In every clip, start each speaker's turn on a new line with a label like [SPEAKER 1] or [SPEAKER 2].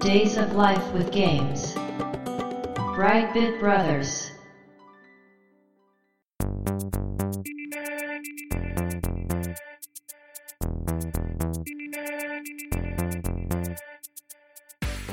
[SPEAKER 1] Days of Life with Games. Brightbit Brothers.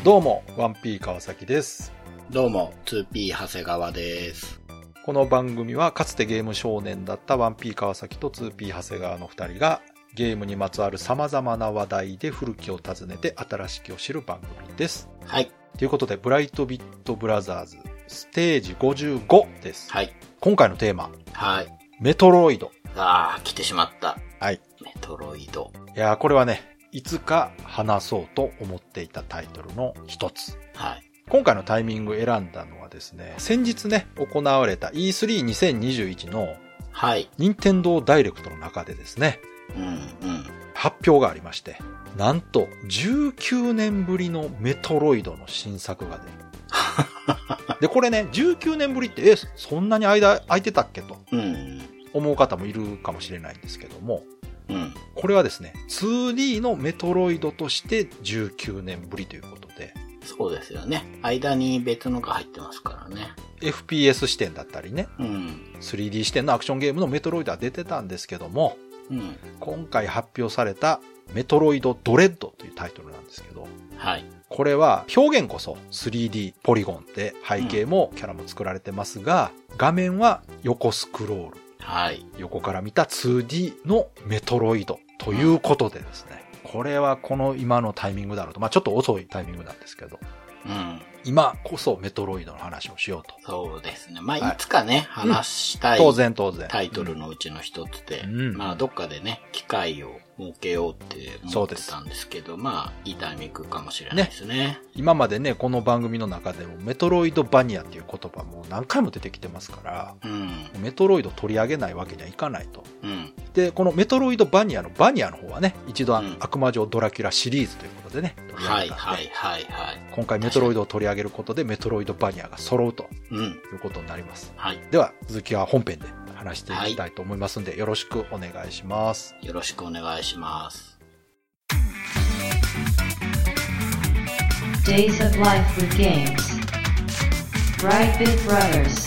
[SPEAKER 2] どうも、1P 川崎です。
[SPEAKER 3] どうも、2P 長谷川です。
[SPEAKER 2] この番組はかつてゲーム少年だった 1P 川崎と 2P 長谷川の2人がゲームにまつわる様々な話題で古きを訪ねて新しきを知る番組です。
[SPEAKER 3] はい、
[SPEAKER 2] ということで、ブライトビットブラザーズステージ55です。
[SPEAKER 3] はい、
[SPEAKER 2] 今回のテーマ、
[SPEAKER 3] はい。
[SPEAKER 2] メトロイド。
[SPEAKER 3] あー、来てしまった。
[SPEAKER 2] はい。
[SPEAKER 3] メトロイド。
[SPEAKER 2] いやー、これはね、いつか話そうと思っていたタイトルの一つ。
[SPEAKER 3] はい。
[SPEAKER 2] 今回のタイミング選んだのはですね、先日ね、行われた E32021 の
[SPEAKER 3] はい。
[SPEAKER 2] 任天堂ダイレクトの中でですね、
[SPEAKER 3] うん、うん。
[SPEAKER 2] 発表がありまして、なんと19年ぶりのメトロイドの新作が出る。で、これね、19年ぶりって、え、そんなに間空いてたっけと
[SPEAKER 3] うん、
[SPEAKER 2] 思う方もいるかもしれないんですけども、
[SPEAKER 3] うん。
[SPEAKER 2] これはですね、2D のメトロイドとして19年ぶりということで、
[SPEAKER 3] そうですよね。間に別のが入ってますからね。
[SPEAKER 2] FPS 視点だったりね、
[SPEAKER 3] うん、
[SPEAKER 2] 3D 視点のアクションゲームのメトロイドは出てたんですけども、
[SPEAKER 3] うん。
[SPEAKER 2] 今回発表されたメトロイドドレッドというタイトルなんですけど、
[SPEAKER 3] はい。
[SPEAKER 2] これは表現こそ 3D ポリゴンで背景もキャラも作られてますが、画面は横スクロール、
[SPEAKER 3] はい。
[SPEAKER 2] 横から見た 2D のメトロイドということでですね、これはこの今のタイミングだろうと、まあちょっと遅いタイミングなんですけど、
[SPEAKER 3] うん。
[SPEAKER 2] 今こそメトロイドの話をしようと。
[SPEAKER 3] そうですね。まあ、
[SPEAKER 2] はい
[SPEAKER 3] い、つかね、話したい
[SPEAKER 2] 当然当然。
[SPEAKER 3] タイトルのうちの一つで、
[SPEAKER 2] うん
[SPEAKER 3] まあ、どっかでね、機会を設けようって
[SPEAKER 2] そ
[SPEAKER 3] 思
[SPEAKER 2] う
[SPEAKER 3] っ
[SPEAKER 2] で
[SPEAKER 3] て
[SPEAKER 2] す
[SPEAKER 3] たんですけど、まあ、いいタイミングかもしれないですね
[SPEAKER 2] 今までね、この番組の中でもメトロイドバニアっていう言葉も何回も出てきてますから、
[SPEAKER 3] うん、
[SPEAKER 2] メトロイド取り上げないわけにはいかないと。
[SPEAKER 3] うん。
[SPEAKER 2] で、このメトロイドバニアのバニアの方はね、一度は
[SPEAKER 3] うん
[SPEAKER 2] 悪魔城ドラキュラシリーズということでね、取り上げたん
[SPEAKER 3] はい
[SPEAKER 2] で、
[SPEAKER 3] はいはいはい。
[SPEAKER 2] 今回メトロイドを取り上げることでメトロイドバニアが揃うと
[SPEAKER 3] うん。
[SPEAKER 2] いうことになります。
[SPEAKER 3] はい。
[SPEAKER 2] では、続きは本編で話していきたいと思いますんで、よろしくお願いします。
[SPEAKER 3] よろしくお願いします。
[SPEAKER 1] Days of Life with Games. Brightbit Brothers.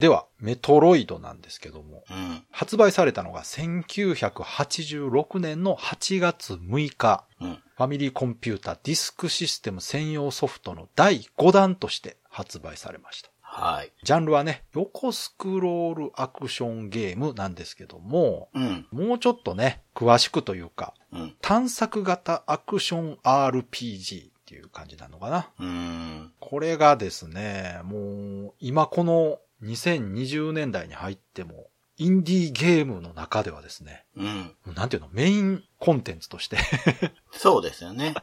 [SPEAKER 2] では、メトロイドなんですけども、
[SPEAKER 3] うん。
[SPEAKER 2] 発売されたのが1986年の8月6日、
[SPEAKER 3] うん。
[SPEAKER 2] ファミリーコンピュータディスクシステム専用ソフトの第5弾として発売されました。
[SPEAKER 3] はい。
[SPEAKER 2] ジャンルはね、横スクロールアクションゲームなんですけども、
[SPEAKER 3] うん。
[SPEAKER 2] もうちょっとね、詳しくというか、
[SPEAKER 3] うん。
[SPEAKER 2] 探索型アクション RPG っていう感じなのかな。
[SPEAKER 3] うーん。
[SPEAKER 2] これがですね、もう、今この2020年代に入っても、インディーゲームの中ではですね、
[SPEAKER 3] うん。
[SPEAKER 2] なんていうの、メインコンテンツとして
[SPEAKER 3] そうですよね。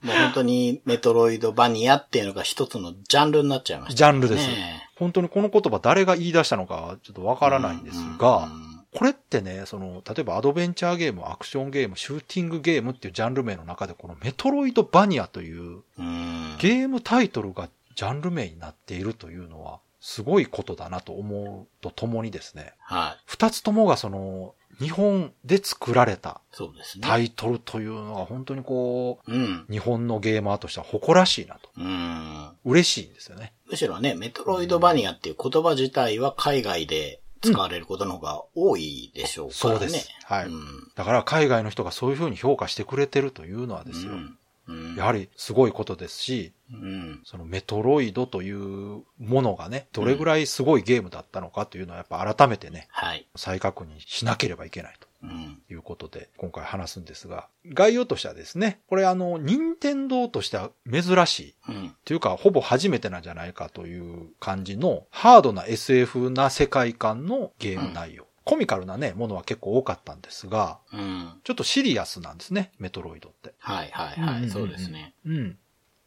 [SPEAKER 3] もう本当にメトロイドバニアっていうのが一つのジャンルになっちゃいました。
[SPEAKER 2] ジャンルです。
[SPEAKER 3] ね
[SPEAKER 2] 本当にこの言葉誰が言い出したのかちょっとわ
[SPEAKER 3] え
[SPEAKER 2] からないんです
[SPEAKER 3] う
[SPEAKER 2] が
[SPEAKER 3] ん、うん
[SPEAKER 2] これってね、その、例えばアドベンチャーゲーム、アクションゲーム、シューティングゲームっていうジャンル名の中で、このメトロイドバニアという
[SPEAKER 3] うん。
[SPEAKER 2] ゲームタイトルがジャンル名になっているというのは、すごいことだなと思うとともにですね、
[SPEAKER 3] はい。
[SPEAKER 2] 二つともがその、日本で作られた
[SPEAKER 3] そうですね。
[SPEAKER 2] タイトルというのが本当にこ
[SPEAKER 3] うん
[SPEAKER 2] う、。日本のゲーマーとしては誇らしいなと。
[SPEAKER 3] うん。
[SPEAKER 2] 嬉しいんですよね。
[SPEAKER 3] むしろね、メトロイドバニアっていう言葉自体は海外で使われることの方が多いでしょうから
[SPEAKER 2] そ
[SPEAKER 3] ね。
[SPEAKER 2] うです。はい。
[SPEAKER 3] うん。
[SPEAKER 2] だから海外の人がそういうふうに評価してくれてるというのはですよ。
[SPEAKER 3] うん。
[SPEAKER 2] やはりすごいことですし、
[SPEAKER 3] うん。
[SPEAKER 2] そのメトロイドというものがね、どれぐらいすごいゲームだったのかというのはやっぱ改めてね、
[SPEAKER 3] はい。
[SPEAKER 2] 再確認しなければいけないと
[SPEAKER 3] うん。
[SPEAKER 2] いうことで今回話すんですが、概要としてはですね、これあの、任天堂としては珍しい。
[SPEAKER 3] うん。
[SPEAKER 2] というか、ほぼ初めてなんじゃないかという感じの、ハードな SF な世界観のゲーム内容。コミカルなね、ものは結構多かったんですが、
[SPEAKER 3] うん。
[SPEAKER 2] ちょっとシリアスなんですね、メトロイドって。
[SPEAKER 3] はいはいは
[SPEAKER 2] うんうんうん
[SPEAKER 3] い。そうですね。
[SPEAKER 2] うん。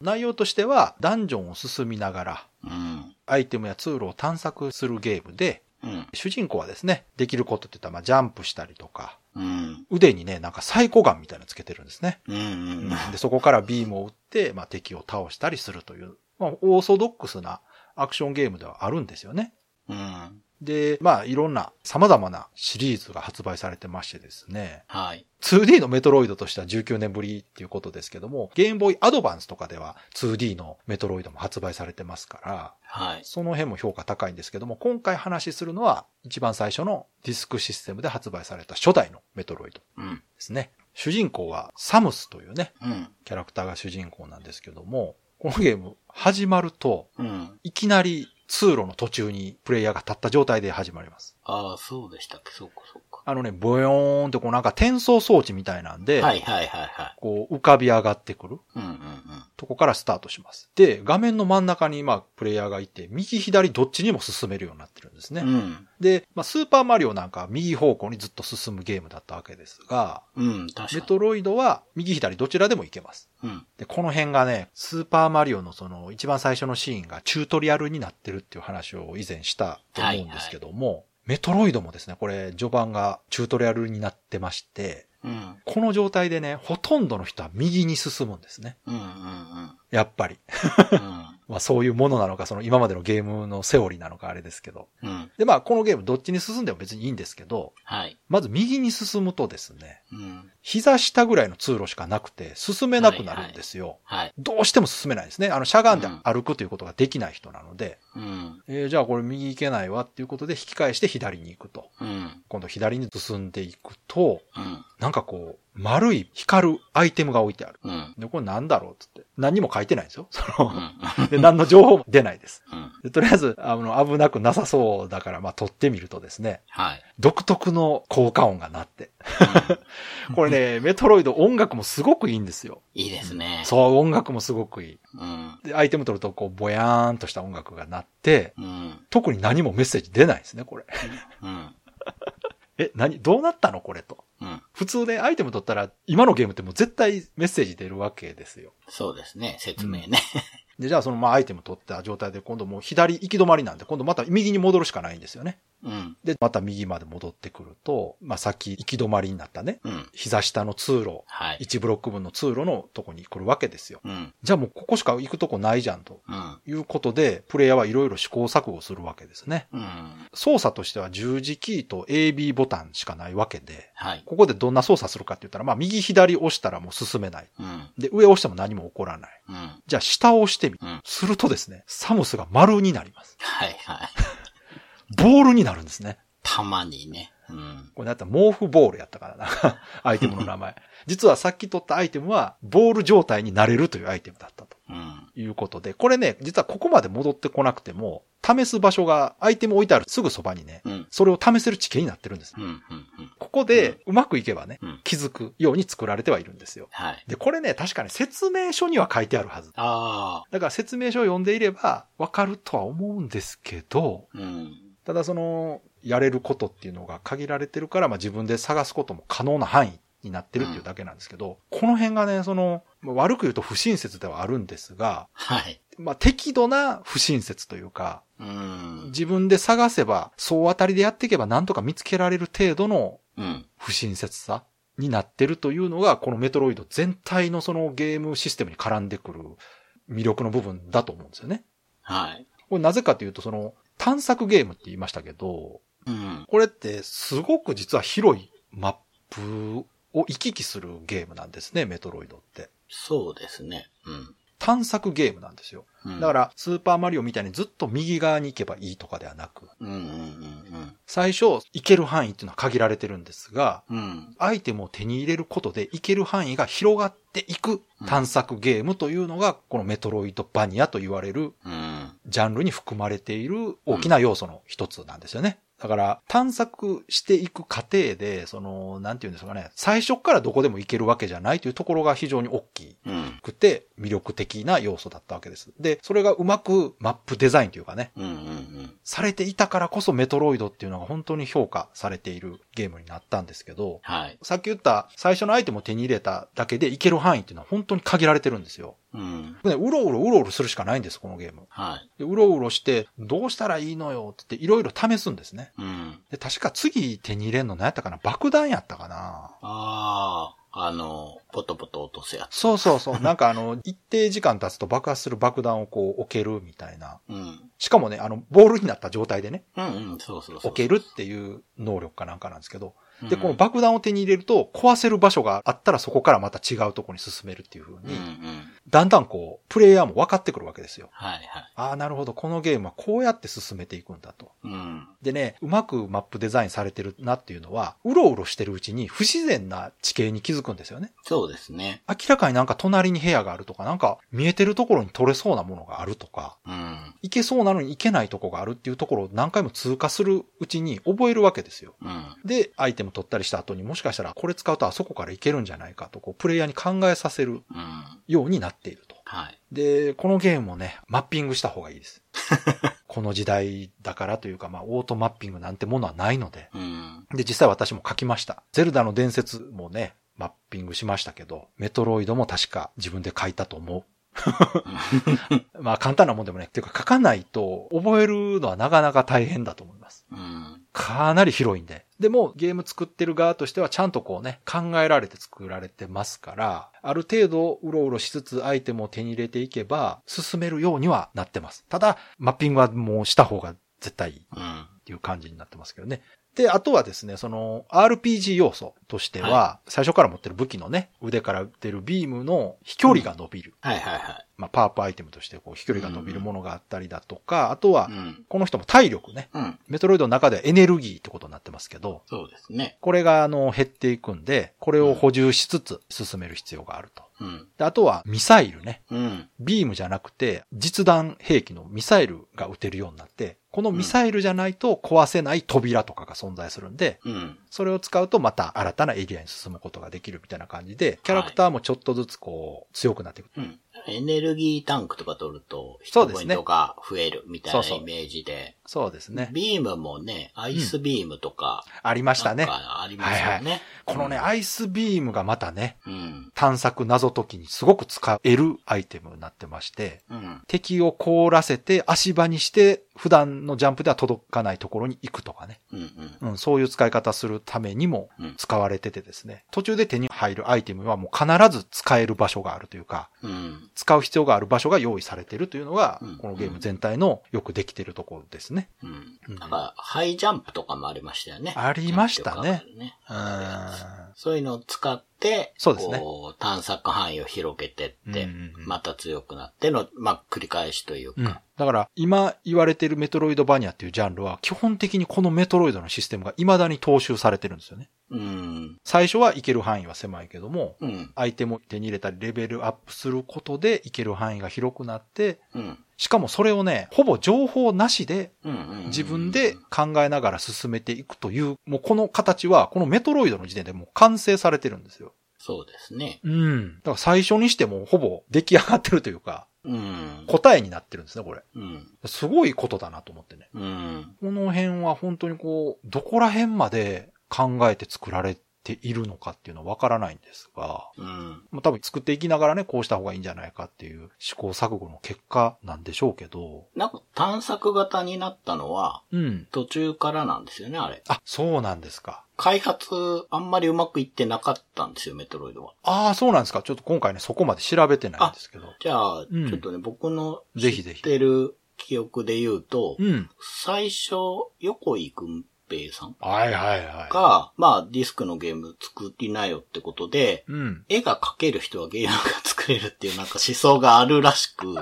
[SPEAKER 2] 内容としては、ダンジョンを進みながら、
[SPEAKER 3] うん。
[SPEAKER 2] アイテムや通路を探索するゲームで、
[SPEAKER 3] うん。
[SPEAKER 2] 主人公はですね、できることって言ったら、まあ、ジャンプしたりとか、
[SPEAKER 3] うん。
[SPEAKER 2] 腕にね、なんかサイコガンみたいなのつけてるんですね。
[SPEAKER 3] うん。うん。
[SPEAKER 2] で、そこからビームを打って、まあ、敵を倒したりするという、まあ、オーソドックスなアクションゲームではあるんですよね。
[SPEAKER 3] うん。
[SPEAKER 2] で、まあいろんな様々なシリーズが発売されてましてですね、
[SPEAKER 3] はい。
[SPEAKER 2] 2D のメトロイドとしては19年ぶりっていうことですけども、ゲームボーイアドバンスとかでは 2D のメトロイドも発売されてますから、
[SPEAKER 3] はい。
[SPEAKER 2] その辺も評価高いんですけども、今回話しするのは一番最初のディスクシステムで発売された初代のメトロイド
[SPEAKER 3] うん。
[SPEAKER 2] ですね。主人公はサムスというね、
[SPEAKER 3] うん。
[SPEAKER 2] キャラクターが主人公なんですけども、このゲーム始まると、
[SPEAKER 3] うん。
[SPEAKER 2] いきなり通路の途中にプレイヤーが立った状態で始まります。
[SPEAKER 3] ああ、そうでしたっけ。そうか、そうか。
[SPEAKER 2] あのね、ボヨーンってこうなんか転送装置みたいなんで、
[SPEAKER 3] はいはいはいは
[SPEAKER 2] こう浮かび上がってくる
[SPEAKER 3] い。うんうんうん。
[SPEAKER 2] とこからスタートします。で、画面の真ん中にまあプレイヤーがいて、右左どっちにも進めるようになってるんですね。
[SPEAKER 3] うん。
[SPEAKER 2] で、まあ、スーパーマリオなんかは右方向にずっと進むゲームだったわけですが、
[SPEAKER 3] うん、確
[SPEAKER 2] メ
[SPEAKER 3] かに。
[SPEAKER 2] トロイドは右左どちらでも行けます。
[SPEAKER 3] うん。
[SPEAKER 2] で、この辺がね、スーパーマリオのその一番最初のシーンがチュートリアルになってるっていう話を以前したと思うんですけども、メトロイドもですね、これ序盤がチュートリアルになってまして、
[SPEAKER 3] うん。
[SPEAKER 2] この状態でね、ほとんどの人は右に進むんですね。
[SPEAKER 3] うんうんうん。
[SPEAKER 2] やっぱり。
[SPEAKER 3] うん。
[SPEAKER 2] まあそういうものなのか、その今までのゲームのセオリーなのかあれですけど。
[SPEAKER 3] うん。
[SPEAKER 2] で、まあこのゲームどっちに進んでも別にいいんですけど、
[SPEAKER 3] はい。
[SPEAKER 2] まず右に進むとですね、
[SPEAKER 3] うん。
[SPEAKER 2] 膝下ぐらいの通路しかなくて進めなくなるんですよ。
[SPEAKER 3] はい。
[SPEAKER 2] どうしても進めないですね。あの、しゃがんで歩くということができない人なので、
[SPEAKER 3] うん。
[SPEAKER 2] えーじゃあこれ右行けないわっていうことで引き返して左に行くと。
[SPEAKER 3] うん。
[SPEAKER 2] 今度左に進んでいくと、
[SPEAKER 3] うん。
[SPEAKER 2] なんかこう、丸い光るアイテムが置いてある。
[SPEAKER 3] うん。
[SPEAKER 2] で、これなんだろうっつって。何にも書いてないんですよ。 そ
[SPEAKER 3] うん。
[SPEAKER 2] の、で、何の情報も出ないです。
[SPEAKER 3] うん。
[SPEAKER 2] でとりあえず、あの、危なくなさそうだから、まあ、撮ってみるとですね、
[SPEAKER 3] はい。
[SPEAKER 2] 独特の効果音が鳴って。これね、メトロイド音楽もすごくいいんですよ。
[SPEAKER 3] いいですね。
[SPEAKER 2] そう、音楽もすごくいい。
[SPEAKER 3] うん。
[SPEAKER 2] で、アイテム取ると、こう、ぼやーんとした音楽が鳴って、
[SPEAKER 3] うん。
[SPEAKER 2] 特に何もメッセージ出ないですね、これ。
[SPEAKER 3] うん。
[SPEAKER 2] え、何、どうなったのこれと。
[SPEAKER 3] うん。
[SPEAKER 2] 普通ね、アイテム取ったら、今のゲームってもう絶対メッセージ出るわけですよ。
[SPEAKER 3] そうですね。説明ね。
[SPEAKER 2] で、じゃあその、まあ、アイテム取った状態で、今度もう左行き止まりなんで、今度また右に戻るしかないんですよね。
[SPEAKER 3] うん。
[SPEAKER 2] で、また右まで戻ってくると、まあ、さっき行き止まりになったね、
[SPEAKER 3] うん。
[SPEAKER 2] 膝下の通路、
[SPEAKER 3] はい。
[SPEAKER 2] 1ブロック分の通路のとこに来るわけですよ。
[SPEAKER 3] うん。
[SPEAKER 2] じゃあもうここしか行くとこないじゃんと。
[SPEAKER 3] うん。
[SPEAKER 2] いうことで、プレイヤーはいろいろ試行錯誤するわけですね。
[SPEAKER 3] うん。
[SPEAKER 2] 操作としては十字キーと AB ボタンしかないわけで、
[SPEAKER 3] はい。
[SPEAKER 2] ここでどんな操作するかって言ったら、まあ右左押したらもう進めない。
[SPEAKER 3] うん。
[SPEAKER 2] で、上押しても何も起こらない。
[SPEAKER 3] うん。
[SPEAKER 2] じゃあ下を押してみる
[SPEAKER 3] うん。
[SPEAKER 2] するとですね、サムスが丸になります。
[SPEAKER 3] はいはい。
[SPEAKER 2] ボールになるんですね。
[SPEAKER 3] たまにね。うん。
[SPEAKER 2] これだったら毛布ボールやったからな。アイテムの名 前。実はさっき取ったアイテムは、ボール状態になれるというアイテムだったと
[SPEAKER 3] うん。
[SPEAKER 2] いうことで、これね、実はここまで戻ってこなくても、試す場所がアイテム置いてあるすぐそばにね、
[SPEAKER 3] うん。
[SPEAKER 2] それを試せる地形になってるんです
[SPEAKER 3] う。ん。うん。うん。
[SPEAKER 2] ここでうまくいけばね
[SPEAKER 3] うん、
[SPEAKER 2] 気づくように作られてはいるんですよ。
[SPEAKER 3] はい。
[SPEAKER 2] で、これね、確かに説明書には書いてあるはず。
[SPEAKER 3] あ
[SPEAKER 2] だから説明書を読んでいればわかるとは思うんですけど、
[SPEAKER 3] あ。うん。
[SPEAKER 2] ただその、やれることっていうのが限られてるから、まあ自分で探すことも可能な範囲になってるっていうだけなんですけど、この辺がね、その、まあ悪く言うと不親切ではあるんですが、
[SPEAKER 3] はい。
[SPEAKER 2] まあ適度な不親切というか、
[SPEAKER 3] うん。
[SPEAKER 2] 自分で探せば、総当たりでやっていけばなんとか見つけられる程度の
[SPEAKER 3] うん。
[SPEAKER 2] 不親切さになってるというのが、このメトロイド全体のそのゲームシステムに絡んでくる魅力の部分だと思うんですよね。
[SPEAKER 3] はい。
[SPEAKER 2] これなぜかというと、その探索ゲームって言いましたけど、
[SPEAKER 3] うん。
[SPEAKER 2] これってすごく実は広いマップを行き来するゲームなんですね、メトロイドって。
[SPEAKER 3] そうですね。うん。
[SPEAKER 2] 探索ゲームなんですよ。
[SPEAKER 3] うん
[SPEAKER 2] だから、スーパーマリオみたいにずっと右側に行けばいいとかではなく、
[SPEAKER 3] うんうん
[SPEAKER 2] 最初行ける範囲っていうのは限られてるんですが、
[SPEAKER 3] うんうん。うん。
[SPEAKER 2] アイテムを手に入れることで行ける範囲が広がっていく探索ゲームというのが、このメトロイドバニアと言われる
[SPEAKER 3] うん。
[SPEAKER 2] ジャンルに含まれている大きな要素の一つなんですよね。だから探索していく過程で、その、なんていうんですかね、最初からどこでも行けるわけじゃないというところが非常に大き
[SPEAKER 3] うん。
[SPEAKER 2] くて魅力的な要素だったわけです。で、それがうまくマップデザインというかね、
[SPEAKER 3] うんうん。
[SPEAKER 2] されていたからこそメトロイドっていうのが本当に評価されているゲームになったんですけど、
[SPEAKER 3] はい。
[SPEAKER 2] さっき言った最初のアイテムを手に入れただけでいける範囲っていうのは本当に限られてるんですよ。
[SPEAKER 3] うん。
[SPEAKER 2] でうろうろうろうろするしかないんです、このゲーム。
[SPEAKER 3] はい。
[SPEAKER 2] でうろうろして、どうしたらいいのよって言っていろいろ試すんですね。
[SPEAKER 3] うん。
[SPEAKER 2] で、確か次手に入れんの何やったかな爆弾やったかな
[SPEAKER 3] ああ。あの、ポトポト落とすやつ。
[SPEAKER 2] そうそう そう。なんかあの、一定時間経つと爆発する爆弾をこう置けるみたいな。
[SPEAKER 3] うん。
[SPEAKER 2] しかもね、あの、ボールになった状態でね、
[SPEAKER 3] うんうん、そうそうそう。
[SPEAKER 2] 置けるっていう能力かなんかなんですけど。
[SPEAKER 3] うん。
[SPEAKER 2] で、この爆弾を手に入れると、壊せる場所があったらそこからまた違うとこに進めるっていう風
[SPEAKER 3] うんう
[SPEAKER 2] に、
[SPEAKER 3] ん。
[SPEAKER 2] だんだんこう、プレイヤーも分かってくるわけですよ。
[SPEAKER 3] はいはい。
[SPEAKER 2] ああ、なるほど。このゲームはこうやって進めていくんだと。
[SPEAKER 3] うん。
[SPEAKER 2] でね、うまくマップデザインされてるなっていうのは、うろうろしてるうちに不自然な地形に気づくんですよね。
[SPEAKER 3] そうですね。
[SPEAKER 2] 明らかになんか隣に部屋があるとか、なんか見えてるところに取れそうなものがあるとか、
[SPEAKER 3] うん。
[SPEAKER 2] 行けそうなのに行けないとこがあるっていうところを何回も通過するうちに覚えるわけですよ。
[SPEAKER 3] うん。
[SPEAKER 2] で、アイテム取ったりした後にもしかしたらこれ使うとあそこから行けるんじゃないかと、こう、プレイヤーに考えさせる
[SPEAKER 3] うん。
[SPEAKER 2] ようになっていると。
[SPEAKER 3] はい。
[SPEAKER 2] で、このゲームをね、マッピングした方がいいです。この時代だからというか、まあ、オートマッピングなんてものはないので。
[SPEAKER 3] うん。
[SPEAKER 2] で、実際私も書きました。ゼルダの伝説もね、マッピングしましたけど、メトロイドも確か自分で書いたと思う。まあ簡単なもんでもね、っていうか書かないと覚えるのはなかなか大変だと思います。
[SPEAKER 3] うん。
[SPEAKER 2] かなり広いんで。でもゲーム作ってる側としてはちゃんとこうね、考えられて作られてますから、ある程度うろうろしつつアイテムを手に入れていけば進めるようにはなってます。ただ、マッピングはもうした方が絶対いいっ
[SPEAKER 3] うん。
[SPEAKER 2] ていう感じになってますけどね。で、あとはですね、その RPG 要素としては、最初から持ってる武器のね、腕から打ってるビームの飛距離が伸びる。
[SPEAKER 3] はいはいはい。
[SPEAKER 2] まあ、パープアイテムとして、こう、飛距離が伸びるものがあったりだとか、あとは
[SPEAKER 3] う、ん。
[SPEAKER 2] この人も体力ね。
[SPEAKER 3] うん。
[SPEAKER 2] メトロイドの中ではエネルギーってことになってますけど、
[SPEAKER 3] そうですね。
[SPEAKER 2] これが、あの、減っていくんで、これを補充しつつ進める必要があると。
[SPEAKER 3] うん。
[SPEAKER 2] であとは、ミサイルね。
[SPEAKER 3] うん。
[SPEAKER 2] ビームじゃなくて、実弾兵器のミサイルが撃てるようになって、このミサイルじゃないと壊せない扉とかが存在するんで、
[SPEAKER 3] うん。
[SPEAKER 2] それを使うとまた新たなエリアに進むことができるみたいな感じで、キャラクターもちょっとずつこう、強くなっていく。
[SPEAKER 3] うん。エネルギータンクとか取ると、ヒッ
[SPEAKER 2] そう
[SPEAKER 3] ト
[SPEAKER 2] です
[SPEAKER 3] ポ
[SPEAKER 2] ね
[SPEAKER 3] イントが増えるみたい
[SPEAKER 2] そ
[SPEAKER 3] な
[SPEAKER 2] うそう
[SPEAKER 3] イメージで。
[SPEAKER 2] そうですね。
[SPEAKER 3] ビームもね、アイスビームとか、
[SPEAKER 2] ありましたね。
[SPEAKER 3] なんかありますよね。
[SPEAKER 2] このね、アイスビームがまたね、
[SPEAKER 3] うん。
[SPEAKER 2] 探索謎解きにすごく使えるアイテムになってまして、
[SPEAKER 3] うん。
[SPEAKER 2] 敵を凍らせて足場にして普段のジャンプでは届かないところに行くとかね。
[SPEAKER 3] うん。うん。
[SPEAKER 2] うん、そういう使い方するためにも
[SPEAKER 3] うん
[SPEAKER 2] 使われててですね。途中で手に入るアイテムはもう必ず使える場所があるというか、
[SPEAKER 3] うん。
[SPEAKER 2] 使う必要がある場所が用意されてるというのが
[SPEAKER 3] うん、
[SPEAKER 2] このゲーム全体のよくできてるところですね。
[SPEAKER 3] うん
[SPEAKER 2] うん
[SPEAKER 3] なんか、ハイジャンプとかもありましたよね。
[SPEAKER 2] ありましたねう
[SPEAKER 3] そういうのを使って、
[SPEAKER 2] そうですね
[SPEAKER 3] こう探索範囲を広げてって、
[SPEAKER 2] うんうんうん
[SPEAKER 3] また強くなっての、まあ、繰り返しというか。
[SPEAKER 2] うん。だから、今言われてるメトロイドバニアっていうジャンルは、基本的にこのメトロイドのシステムが未だに踏襲されてるんですよね。
[SPEAKER 3] うん。
[SPEAKER 2] 最初は行ける範囲は狭いけども、
[SPEAKER 3] うん。
[SPEAKER 2] アイテムを手に入れたりレベルアップすることで行ける範囲が広くなって、
[SPEAKER 3] うん。
[SPEAKER 2] しかもそれをね、ほぼ情報なしで
[SPEAKER 3] うん。うん
[SPEAKER 2] 自分で考えながら進めていくという、もうこの形は、このメトロイドの時点でもう完成されてるんですよ。
[SPEAKER 3] そうですね。
[SPEAKER 2] うん。だから最初にしてもうほぼ出来上がってるというか、
[SPEAKER 3] うん。
[SPEAKER 2] 答えになってるんですね、これ。
[SPEAKER 3] うん。
[SPEAKER 2] すごいことだなと思ってね。
[SPEAKER 3] うん。
[SPEAKER 2] この辺は本当にこう、どこら辺まで考えて作られているのかっていうのはわからないんですが、
[SPEAKER 3] うん。
[SPEAKER 2] まあ、多分作っていきながらね、こうした方がいいんじゃないかっていう試行錯誤の結果なんでしょうけど、
[SPEAKER 3] なんか探索型になったのは、
[SPEAKER 2] うん。
[SPEAKER 3] 途中からなんですよね、あれ。
[SPEAKER 2] あ、そうなんですか。
[SPEAKER 3] 開発、あんまりうまくいってなかったんですよ、メトロイドは。
[SPEAKER 2] ああ、そうなんですか。ちょっと今回ね、そこまで調べてないんですけど。
[SPEAKER 3] じゃあ、
[SPEAKER 2] うん
[SPEAKER 3] ちょっとね、僕の知
[SPEAKER 2] ぜひぜひ
[SPEAKER 3] ってる記憶で言うと、
[SPEAKER 2] うん。
[SPEAKER 3] 最初、横井くんぺいさん
[SPEAKER 2] はいはいはい。
[SPEAKER 3] が、まあ、ディスクのゲーム作りなよってことで、
[SPEAKER 2] うん。
[SPEAKER 3] 絵が描ける人はゲームが作れるっていうなんか思想があるらしく、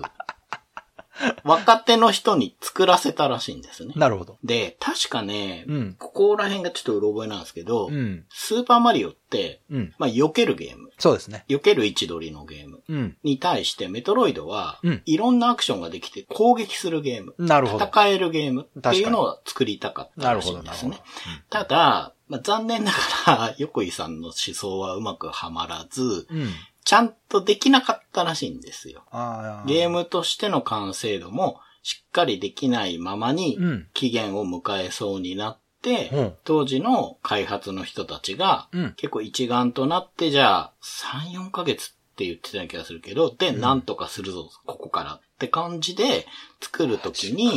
[SPEAKER 3] 若手の人に作らせたらしいんですね。
[SPEAKER 2] なるほど。
[SPEAKER 3] で、確かね、
[SPEAKER 2] うん。
[SPEAKER 3] ここら辺がちょっとうろ覚えなんですけど、
[SPEAKER 2] うん。
[SPEAKER 3] スーパーマリオって、
[SPEAKER 2] うん。
[SPEAKER 3] まあ、避けるゲーム。
[SPEAKER 2] そうですね。
[SPEAKER 3] 避ける位置取りのゲーム。
[SPEAKER 2] うん。
[SPEAKER 3] に対して、メトロイドは
[SPEAKER 2] うん、
[SPEAKER 3] いろんなアクションができて攻撃するゲーム。
[SPEAKER 2] なるほど。
[SPEAKER 3] 戦えるゲームっていうのを作りたかった
[SPEAKER 2] なる
[SPEAKER 3] ら
[SPEAKER 2] ほ
[SPEAKER 3] しい
[SPEAKER 2] ど、
[SPEAKER 3] ん
[SPEAKER 2] な
[SPEAKER 3] で
[SPEAKER 2] る
[SPEAKER 3] す
[SPEAKER 2] ほど。
[SPEAKER 3] ね。ただ、まあ、残念ながら、横井さんの思想はうまくはまらず、
[SPEAKER 2] うん。
[SPEAKER 3] ちゃんとできなかったらしいんですよ。
[SPEAKER 2] ああ。
[SPEAKER 3] ゲームとしての完成度もしっかりできないままに
[SPEAKER 2] うん
[SPEAKER 3] 期限を迎えそうになって、
[SPEAKER 2] うん
[SPEAKER 3] 当時の開発の人たちが
[SPEAKER 2] うん
[SPEAKER 3] 結構一丸となって、じゃあ3、4ヶ月って言ってたような気がするけど、で、なんとかするぞ、ここからって感じで作るときに、
[SPEAKER 2] う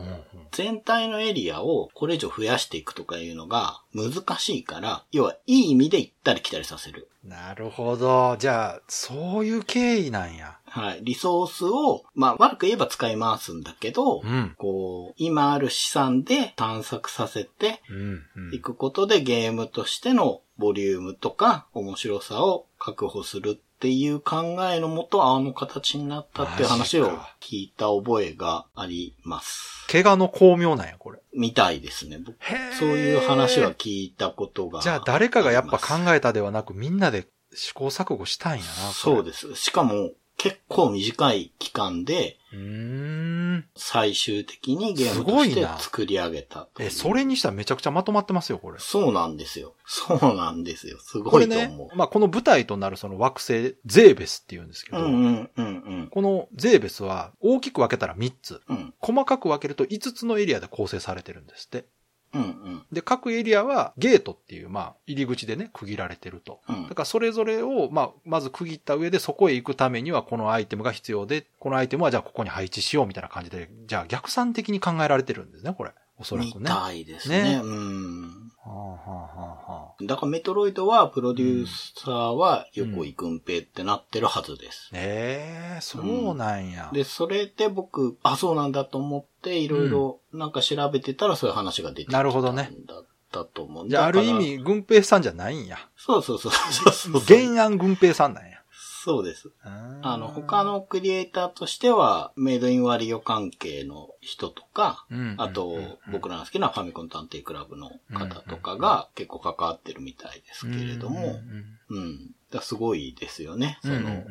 [SPEAKER 2] んうん
[SPEAKER 3] 全体のエリアをこれ以上増やしていくとかいうのが難しいから、要はいい意味で行ったり来たりさせる。
[SPEAKER 2] なるほど。じゃあ、そういう経緯なんや。
[SPEAKER 3] はい。リソースを、まあ悪く言えば使い回すんだけど、
[SPEAKER 2] うん。
[SPEAKER 3] こう、今ある資産で探索させて
[SPEAKER 2] うん、うん。
[SPEAKER 3] いくことでゲームとしてのボリュームとか面白さを確保するっていう考えのもと、あの形になったっていう話を
[SPEAKER 2] マジか
[SPEAKER 3] 聞いた覚えがあります。
[SPEAKER 2] 怪我の巧妙なんや、これ。
[SPEAKER 3] みたいですね。僕
[SPEAKER 2] へー
[SPEAKER 3] そういう話は聞いたことが。
[SPEAKER 2] じゃあ、誰かがやっぱ
[SPEAKER 3] え
[SPEAKER 2] 考えたではなく、みんなで試行錯誤したんやな。
[SPEAKER 3] そう
[SPEAKER 2] す。
[SPEAKER 3] です。しかも、結構短い期間で、
[SPEAKER 2] うーん。
[SPEAKER 3] 最終的にゲームとし
[SPEAKER 2] すごい
[SPEAKER 3] て
[SPEAKER 2] な
[SPEAKER 3] 作り上げたという
[SPEAKER 2] え、それにしたらめちゃくちゃまとまってますよ、これ。
[SPEAKER 3] そうなんですよ。そうなんですよ。す
[SPEAKER 2] こ
[SPEAKER 3] ご
[SPEAKER 2] れ
[SPEAKER 3] いと
[SPEAKER 2] ね
[SPEAKER 3] 思う。、
[SPEAKER 2] まあ、この舞台となるその惑星、ゼーベスって言うんですけ
[SPEAKER 3] う
[SPEAKER 2] ど、
[SPEAKER 3] んうんうんうん。
[SPEAKER 2] このゼーベスは大きく分けたら3つ、
[SPEAKER 3] うん
[SPEAKER 2] 細かく分けると5つのエリアで構成されてるんですって。
[SPEAKER 3] うんうん
[SPEAKER 2] で、各エリアはゲートっていう、まあ、入り口でね、区切られてると。
[SPEAKER 3] うん
[SPEAKER 2] だからそれぞれを、まあ、まず区切った上で、そこへ行くためにはこのアイテムが必要で、このアイテムはじゃあここに配置しようみたいな感じで、じゃあ逆算的に考えられてるんですね、これ。おそら
[SPEAKER 3] み
[SPEAKER 2] くね。は
[SPEAKER 3] たいですね。
[SPEAKER 2] ね
[SPEAKER 3] うん。
[SPEAKER 2] あはあはあは
[SPEAKER 3] だからメトロイドは、プロデューサーは横井くんぺいってなってるはずです
[SPEAKER 2] あ。。ええそうなんや。
[SPEAKER 3] で、それで僕、あ、そうなんだと思って、いろいろなんか調べてたらそういう話が出てきた
[SPEAKER 2] なんるほど
[SPEAKER 3] だ
[SPEAKER 2] ね
[SPEAKER 3] ったと思う。
[SPEAKER 2] じゃあある意
[SPEAKER 3] だから
[SPEAKER 2] 味、軍平さんじゃないんや。
[SPEAKER 3] そうそうそ うそうそうそう。
[SPEAKER 2] 原案軍平さんなんや。
[SPEAKER 3] そうです。あの、他
[SPEAKER 2] の、
[SPEAKER 3] のクリエイターとしては、メイドインワリオ関係の人とか、
[SPEAKER 2] うん
[SPEAKER 3] あと、僕らの好きなファミコン探偵クラブの方とかが結構関わってるみたいですけれど
[SPEAKER 2] うんうん
[SPEAKER 3] も、うん。だからすごいですよね。そ
[SPEAKER 2] うんうんうん
[SPEAKER 3] の、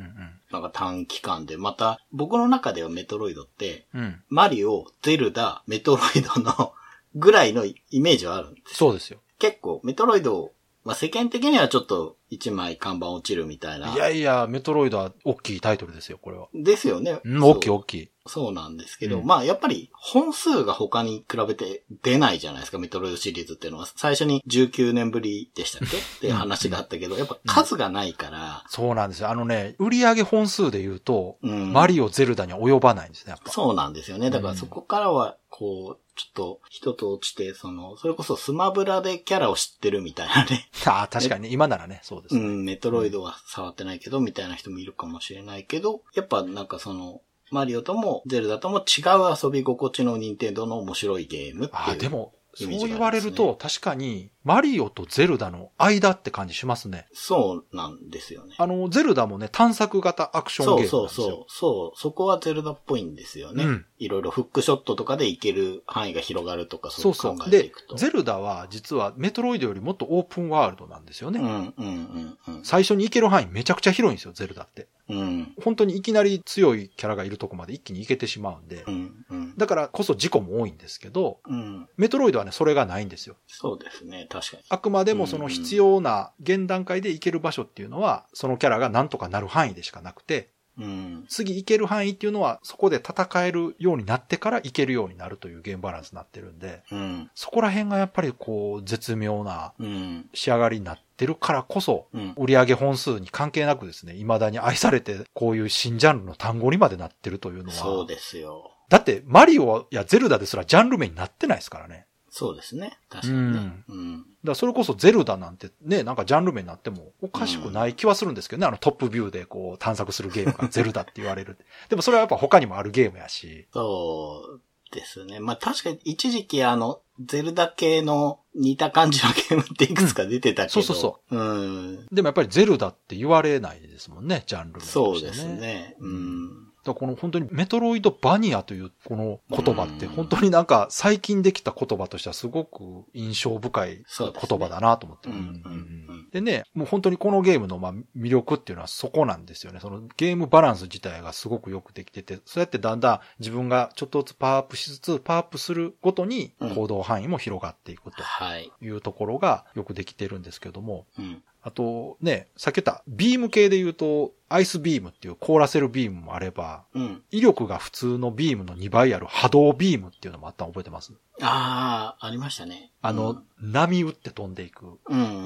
[SPEAKER 3] なんか短期間で、また、僕の中ではメトロイドって、
[SPEAKER 2] うんうん
[SPEAKER 3] マリオ、ゼルダ、メトロイドのぐらいのイメージはあるんです。
[SPEAKER 2] そうですよ。
[SPEAKER 3] 結構、メトロイド、まあ、世間的にはちょっと一枚看板落ちるみたいな。
[SPEAKER 2] いやいや、メトロイドは大きいタイトルですよ、これは。
[SPEAKER 3] ですよね。
[SPEAKER 2] うん、
[SPEAKER 3] そう
[SPEAKER 2] 大きい大きい。
[SPEAKER 3] そうなんですけど、
[SPEAKER 2] うん
[SPEAKER 3] まあやっぱり本数が他に比べて出ないじゃないですか、メトロイドシリーズっていうのは。最初に19年ぶり でしたっけって話があったけど、やっぱ数がないから、
[SPEAKER 2] そうなんですよ。あのね、売り上げ本数で言うと、
[SPEAKER 3] うん
[SPEAKER 2] マリオ、ゼルダには及ばないんですね、やっぱ。
[SPEAKER 3] そうなんですよね。だからそこからは、こう、ちょっと人と落ちて、その、それこそスマブラでキャラを知ってるみたいなね。
[SPEAKER 2] ああ、確かにね、今ならね、そうです
[SPEAKER 3] う
[SPEAKER 2] ね。
[SPEAKER 3] ん、メトロイドは触ってないけど、みたいな人もいるかもしれないけど、やっぱなんかその、マリオともゼルダとも違う遊び心地の任天堂の面白いゲームっていう。
[SPEAKER 2] ああ、でも、
[SPEAKER 3] イ
[SPEAKER 2] そ
[SPEAKER 3] メージがありますね
[SPEAKER 2] う言われると、確かに、マリオとゼルダの間って感じしますね。
[SPEAKER 3] そうなんですよね。
[SPEAKER 2] あの、ゼルダもね、探索型アクション
[SPEAKER 3] そ
[SPEAKER 2] ゲー
[SPEAKER 3] う
[SPEAKER 2] ム
[SPEAKER 3] そ
[SPEAKER 2] なん
[SPEAKER 3] う
[SPEAKER 2] ですよ。
[SPEAKER 3] そう。そう。そこはゼルダっぽいんですよね。
[SPEAKER 2] うん
[SPEAKER 3] いろいろフックショットとかでいける範囲が広がるとか、
[SPEAKER 2] そ
[SPEAKER 3] そう
[SPEAKER 2] うそ
[SPEAKER 3] 考
[SPEAKER 2] う。
[SPEAKER 3] えてい
[SPEAKER 2] で
[SPEAKER 3] くと。、
[SPEAKER 2] ゼルダは実はメトロイドよりもっとオープンワールドなんですよね。
[SPEAKER 3] うんうんうん
[SPEAKER 2] 最初に行ける範囲めちゃくちゃ広いんですよ、ゼルダって。
[SPEAKER 3] うん。うん
[SPEAKER 2] 本当にいきなり強いキャラがいるとこまで一気に行けてしまうんで
[SPEAKER 3] う。んうん。
[SPEAKER 2] だからこそ事故も多いんですけど、
[SPEAKER 3] うん。
[SPEAKER 2] メトロイドはね、それがないんですよ。
[SPEAKER 3] そうですね。確かに。
[SPEAKER 2] あくまでもその必要な現段階で行ける場所っていうのは、そのキャラがなんとかなる範囲でしかなくて、
[SPEAKER 3] うん。
[SPEAKER 2] 次行ける範囲っていうのは、そこで戦えるようになってから行けるようになるというゲームバランスになってるんで、
[SPEAKER 3] うん。
[SPEAKER 2] そこら辺がやっぱりこう、絶妙な
[SPEAKER 3] うん。
[SPEAKER 2] 仕上がりになってるからこそ、
[SPEAKER 3] うん。
[SPEAKER 2] 売上本数に関係なくですね、未だに愛されて、こういう新ジャンルの単語にまでなってるというの
[SPEAKER 3] そう
[SPEAKER 2] は、
[SPEAKER 3] ですよ。
[SPEAKER 2] だってマリオやゼルダですらジャンル名になってないですからね。
[SPEAKER 3] そうですね。確かにね。うん。
[SPEAKER 2] だからそれこそゼルダなんてね、なんかジャンル名になってもおかしくない気はするんですけどね、あのトップビューでこう探索するゲームが ゼルダって言われるって。でもそれはやっぱ他にもあるゲームやし、
[SPEAKER 3] そうですね。まあ確かに一時期あの、ゼルダ系の似た感じのゲームっていくつか出てたけど。。
[SPEAKER 2] うんそうそう
[SPEAKER 3] うん。
[SPEAKER 2] でもやっぱりゼルダって言われないですもんね、ジャンル名として、ね。
[SPEAKER 3] そうですね。うん。
[SPEAKER 2] だからこの本当にメトロイドバニアというこの言葉って本当になんか最近できた言葉としてはすごく印象深い
[SPEAKER 3] そうですね
[SPEAKER 2] 言葉だなと思って。
[SPEAKER 3] うんうんうん
[SPEAKER 2] でね、もう本当にこのゲームのまあ魅力っていうのはそこなんですよね。そのゲームバランス自体がすごくよくできてて、そうやってだんだん自分がちょっとずつパワーアップしつつ、パワーアップするごとに
[SPEAKER 3] うん
[SPEAKER 2] 行動範囲も広がっていくと
[SPEAKER 3] はい。
[SPEAKER 2] いうところがよくできてるんですけども、
[SPEAKER 3] うん。
[SPEAKER 2] あとね、さっき言ったビーム系で言うと、アイスビームっていう凍らせるビームもあれば、
[SPEAKER 3] うん。
[SPEAKER 2] 威力が普通のビームの2倍ある波動ビームっていうのもあったの覚えてます
[SPEAKER 3] ああ、ありましたね。
[SPEAKER 2] あの、波打って飛んでいく、
[SPEAKER 3] うん、うんうん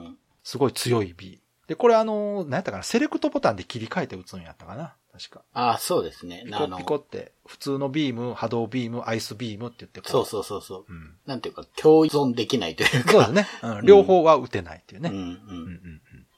[SPEAKER 3] うん。
[SPEAKER 2] すごい強いビーム。で、これあの、何やったかな、セレクトボタンで切り替えて打つんやったかな。確か。
[SPEAKER 3] ああ、そうですね。
[SPEAKER 2] ピ
[SPEAKER 3] あ
[SPEAKER 2] コ
[SPEAKER 3] の
[SPEAKER 2] ピ、コって、普通のビーム、波動ビーム、アイスビームって言ってこ
[SPEAKER 3] そうそうそうそう
[SPEAKER 2] う。うん。
[SPEAKER 3] なんていうか、共存できないというか。
[SPEAKER 2] そうですね。うん、両方は打てないっていうね。
[SPEAKER 3] うんう
[SPEAKER 2] うんうん
[SPEAKER 3] ん。
[SPEAKER 2] うん。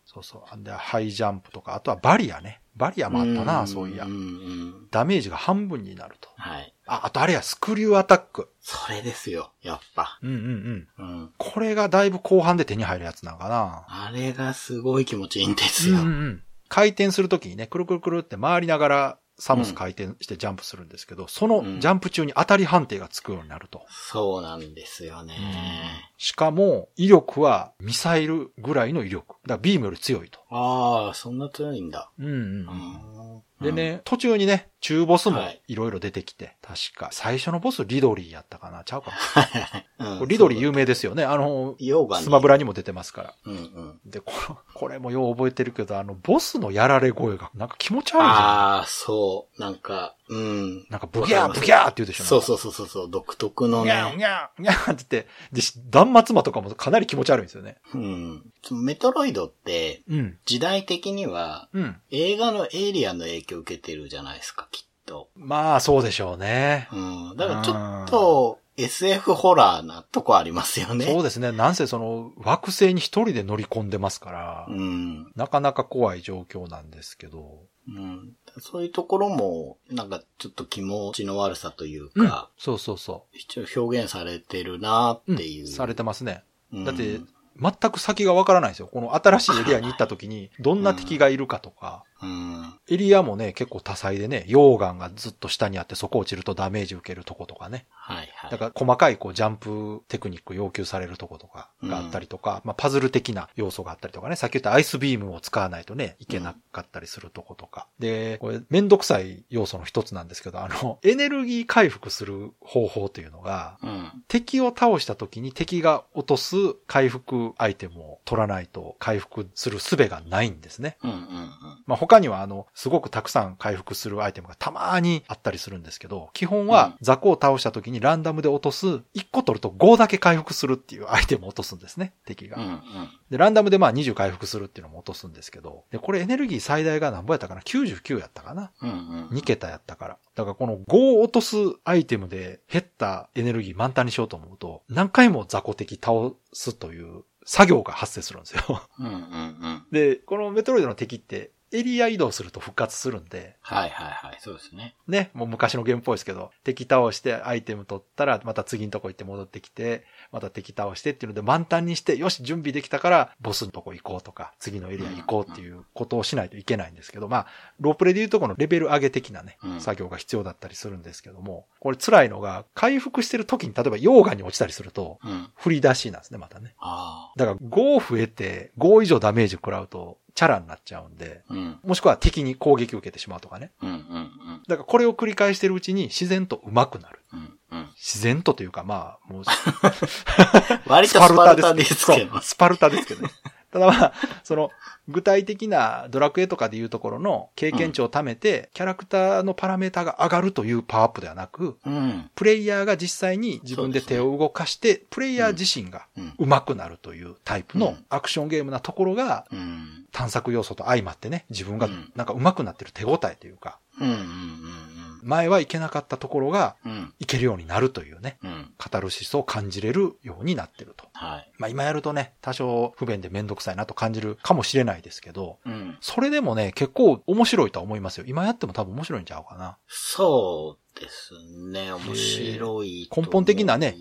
[SPEAKER 2] そうそう。で、ハイジャンプとか、あとはバリアね。バリアもあったな、
[SPEAKER 3] ん
[SPEAKER 2] そういや
[SPEAKER 3] ん。うん。
[SPEAKER 2] ダメージが半分になると。
[SPEAKER 3] はい。
[SPEAKER 2] あ、あとあれや、スクリューアタック。
[SPEAKER 3] それですよ、やっぱ。
[SPEAKER 2] うんうんうん。
[SPEAKER 3] うん。
[SPEAKER 2] これがだいぶ後半で手に入るやつなんかな。
[SPEAKER 3] あれがすごい気持ちいいんです
[SPEAKER 2] うん
[SPEAKER 3] よ。
[SPEAKER 2] うんうん。回転するときにね、くるくるくるって回りながら、サムス回転してジャンプするんですけど、そのジャンプ中に当たり判定がつくようになると。
[SPEAKER 3] そうなんですよね。
[SPEAKER 2] しかも、威力はミサイルぐらいの威力。だからビームより強いと。
[SPEAKER 3] ああ、そんな強いんだ。
[SPEAKER 2] うんうん
[SPEAKER 3] う
[SPEAKER 2] うん。
[SPEAKER 3] ん
[SPEAKER 2] で。ね、途中にね、中ボスも
[SPEAKER 3] はい
[SPEAKER 2] いろいろ出てきて、確か、最初のボスリドリーやったかな、ちゃうかな。
[SPEAKER 3] うん
[SPEAKER 2] これリドリー有名ですよね。あの、
[SPEAKER 3] ヨーガね
[SPEAKER 2] スマブラにも出てますから。
[SPEAKER 3] うんうん。
[SPEAKER 2] で、この、これもよう覚えてるけど、あの、ボスのやられ声が、なんか気持ち悪いじゃ
[SPEAKER 3] ああ、そう。なんか、うん
[SPEAKER 2] ん。。なんか、ブギャー、ブギャーって言うでしょ。
[SPEAKER 3] そう
[SPEAKER 2] う。
[SPEAKER 3] そうそうそうそう、独特の
[SPEAKER 2] ギャー、
[SPEAKER 3] ね。
[SPEAKER 2] ギャー、ギャーって言って、で、し断末魔とかもかなり気持ち悪いんですよね。
[SPEAKER 3] うん。メトロイドって、
[SPEAKER 2] うん。
[SPEAKER 3] 時代的には、
[SPEAKER 2] うん。
[SPEAKER 3] 映画のエイリアンの影響を受けてるじゃないですか、きっと。
[SPEAKER 2] まあ、そうでしょうね。
[SPEAKER 3] うん。だからちょっと、SF ホラーなとこありますよね。
[SPEAKER 2] そうですね。なんせその、惑星に一人で乗り込んでますから、
[SPEAKER 3] うん。
[SPEAKER 2] なかなか怖い状況なんですけど。
[SPEAKER 3] うん。そういうところも、なんかちょっと気持ちの悪さという
[SPEAKER 2] うん
[SPEAKER 3] か、。
[SPEAKER 2] そうそうそ
[SPEAKER 3] 一応表現されてるな
[SPEAKER 2] う。
[SPEAKER 3] っていう。
[SPEAKER 2] んされてますね。
[SPEAKER 3] うん
[SPEAKER 2] だって、全く先がわからないんですよ。この新しいエリアに行った時に、どんな敵がいるかとか、
[SPEAKER 3] うん。
[SPEAKER 2] エリアもね、結構多彩でね、溶岩がずっと下にあって、そこ落ちるとダメージ受けるとことかね。
[SPEAKER 3] はいはい。
[SPEAKER 2] だから細かいこうジャンプテクニック要求されるとことかがあったりとか、まあパズル的な要素があったりとかね、さっき言ったアイスビームを使わないとね、いけなかったりするとことか。で、これめんどくさい要素の一つなんですけど、あの、エネルギー回復する方法というのが、
[SPEAKER 3] うん。
[SPEAKER 2] 敵を倒した時に敵が落とす回復アイテムを取らないと回復する術がないんですね。
[SPEAKER 3] うんうんうん。
[SPEAKER 2] まあ、他にはあの、すごくたくさん回復するアイテムがたまーにあったりするんですけど、基本
[SPEAKER 3] うん
[SPEAKER 2] は雑魚を倒した時にランダムで落とす、1個取ると5だけ回復するっていうアイテムを落とすんですね、敵
[SPEAKER 3] うんう
[SPEAKER 2] が。
[SPEAKER 3] ん。
[SPEAKER 2] で、ランダムでまあ20回復するっていうのも落とすんですけど、で、これエネルギー最大が何ぼやったかな ?99 やったかな
[SPEAKER 3] うんうん。
[SPEAKER 2] 2桁やったから。だからこの5を落とすアイテムで減ったエネルギー満タンにしようと思うと、何回も雑魚敵倒すという作業が発生するんですよ。
[SPEAKER 3] うんうんうん。
[SPEAKER 2] で、このメトロイドの敵って、エリア移動すると復活するんで、
[SPEAKER 3] はいはいはい。そうですね。
[SPEAKER 2] ね、もう昔のゲームっぽいですけど、敵倒してアイテム取ったら、また次のとこ行って戻ってきて、また敵倒してっていうので満タンにして、よし、準備できたから、ボスのとこ行こうとか、次のエリア行こうっていうことをしないといけないんですけど、まあ、ロープレでいうとこのレベル上げ的なね
[SPEAKER 3] うん、
[SPEAKER 2] 作業が必要だったりするんですけども、これ辛いのが、回復してる時に例えば溶岩に落ちたりすると、
[SPEAKER 3] うん。あ
[SPEAKER 2] 振り出しなんですね、またね。
[SPEAKER 3] あ
[SPEAKER 2] だから5増えて、5以上ダメージ食らうと、チャラになっちゃうんで、
[SPEAKER 3] ー。うん。
[SPEAKER 2] もしくは敵に攻撃を受けてしまうとかね。
[SPEAKER 3] うんうんうん。
[SPEAKER 2] だからこれを繰り返してるうちに自然と上手くなる。
[SPEAKER 3] うんうん。
[SPEAKER 2] 自然とというかまあ、もう、
[SPEAKER 3] 割とスパルタですけど
[SPEAKER 2] そう。スパルタですけどね。 ただまあ、その、具体的なドラクエとかでいうところの経験値を貯めて、キャラクターのパラメータが上がるというパワーアップではなく、
[SPEAKER 3] うん。
[SPEAKER 2] プレイヤーが実際に自分で手を動かして、プレイヤー自身が
[SPEAKER 3] うん。
[SPEAKER 2] 上手くなるというタイプ
[SPEAKER 3] う
[SPEAKER 2] の
[SPEAKER 3] ん
[SPEAKER 2] アクションゲームなところが
[SPEAKER 3] うん。
[SPEAKER 2] 探索要素と相まってね、自分が
[SPEAKER 3] うん
[SPEAKER 2] なんか上手くなってる手応えというか、
[SPEAKER 3] うんうん
[SPEAKER 2] 前はいけなかったところが
[SPEAKER 3] うんうん。うん。
[SPEAKER 2] いけるようになるというね、
[SPEAKER 3] うん。
[SPEAKER 2] カタルシスを感じれるようになってると。
[SPEAKER 3] はい。
[SPEAKER 2] まあ今やるとね、多少不便でめんどくさいなと感じるかもしれないですけど、
[SPEAKER 3] うん。
[SPEAKER 2] それでもね、結構面白いとは思いますよ。今やっても多分面白いんちゃうかな。
[SPEAKER 3] そうですね。面白い。
[SPEAKER 2] 根本的なね。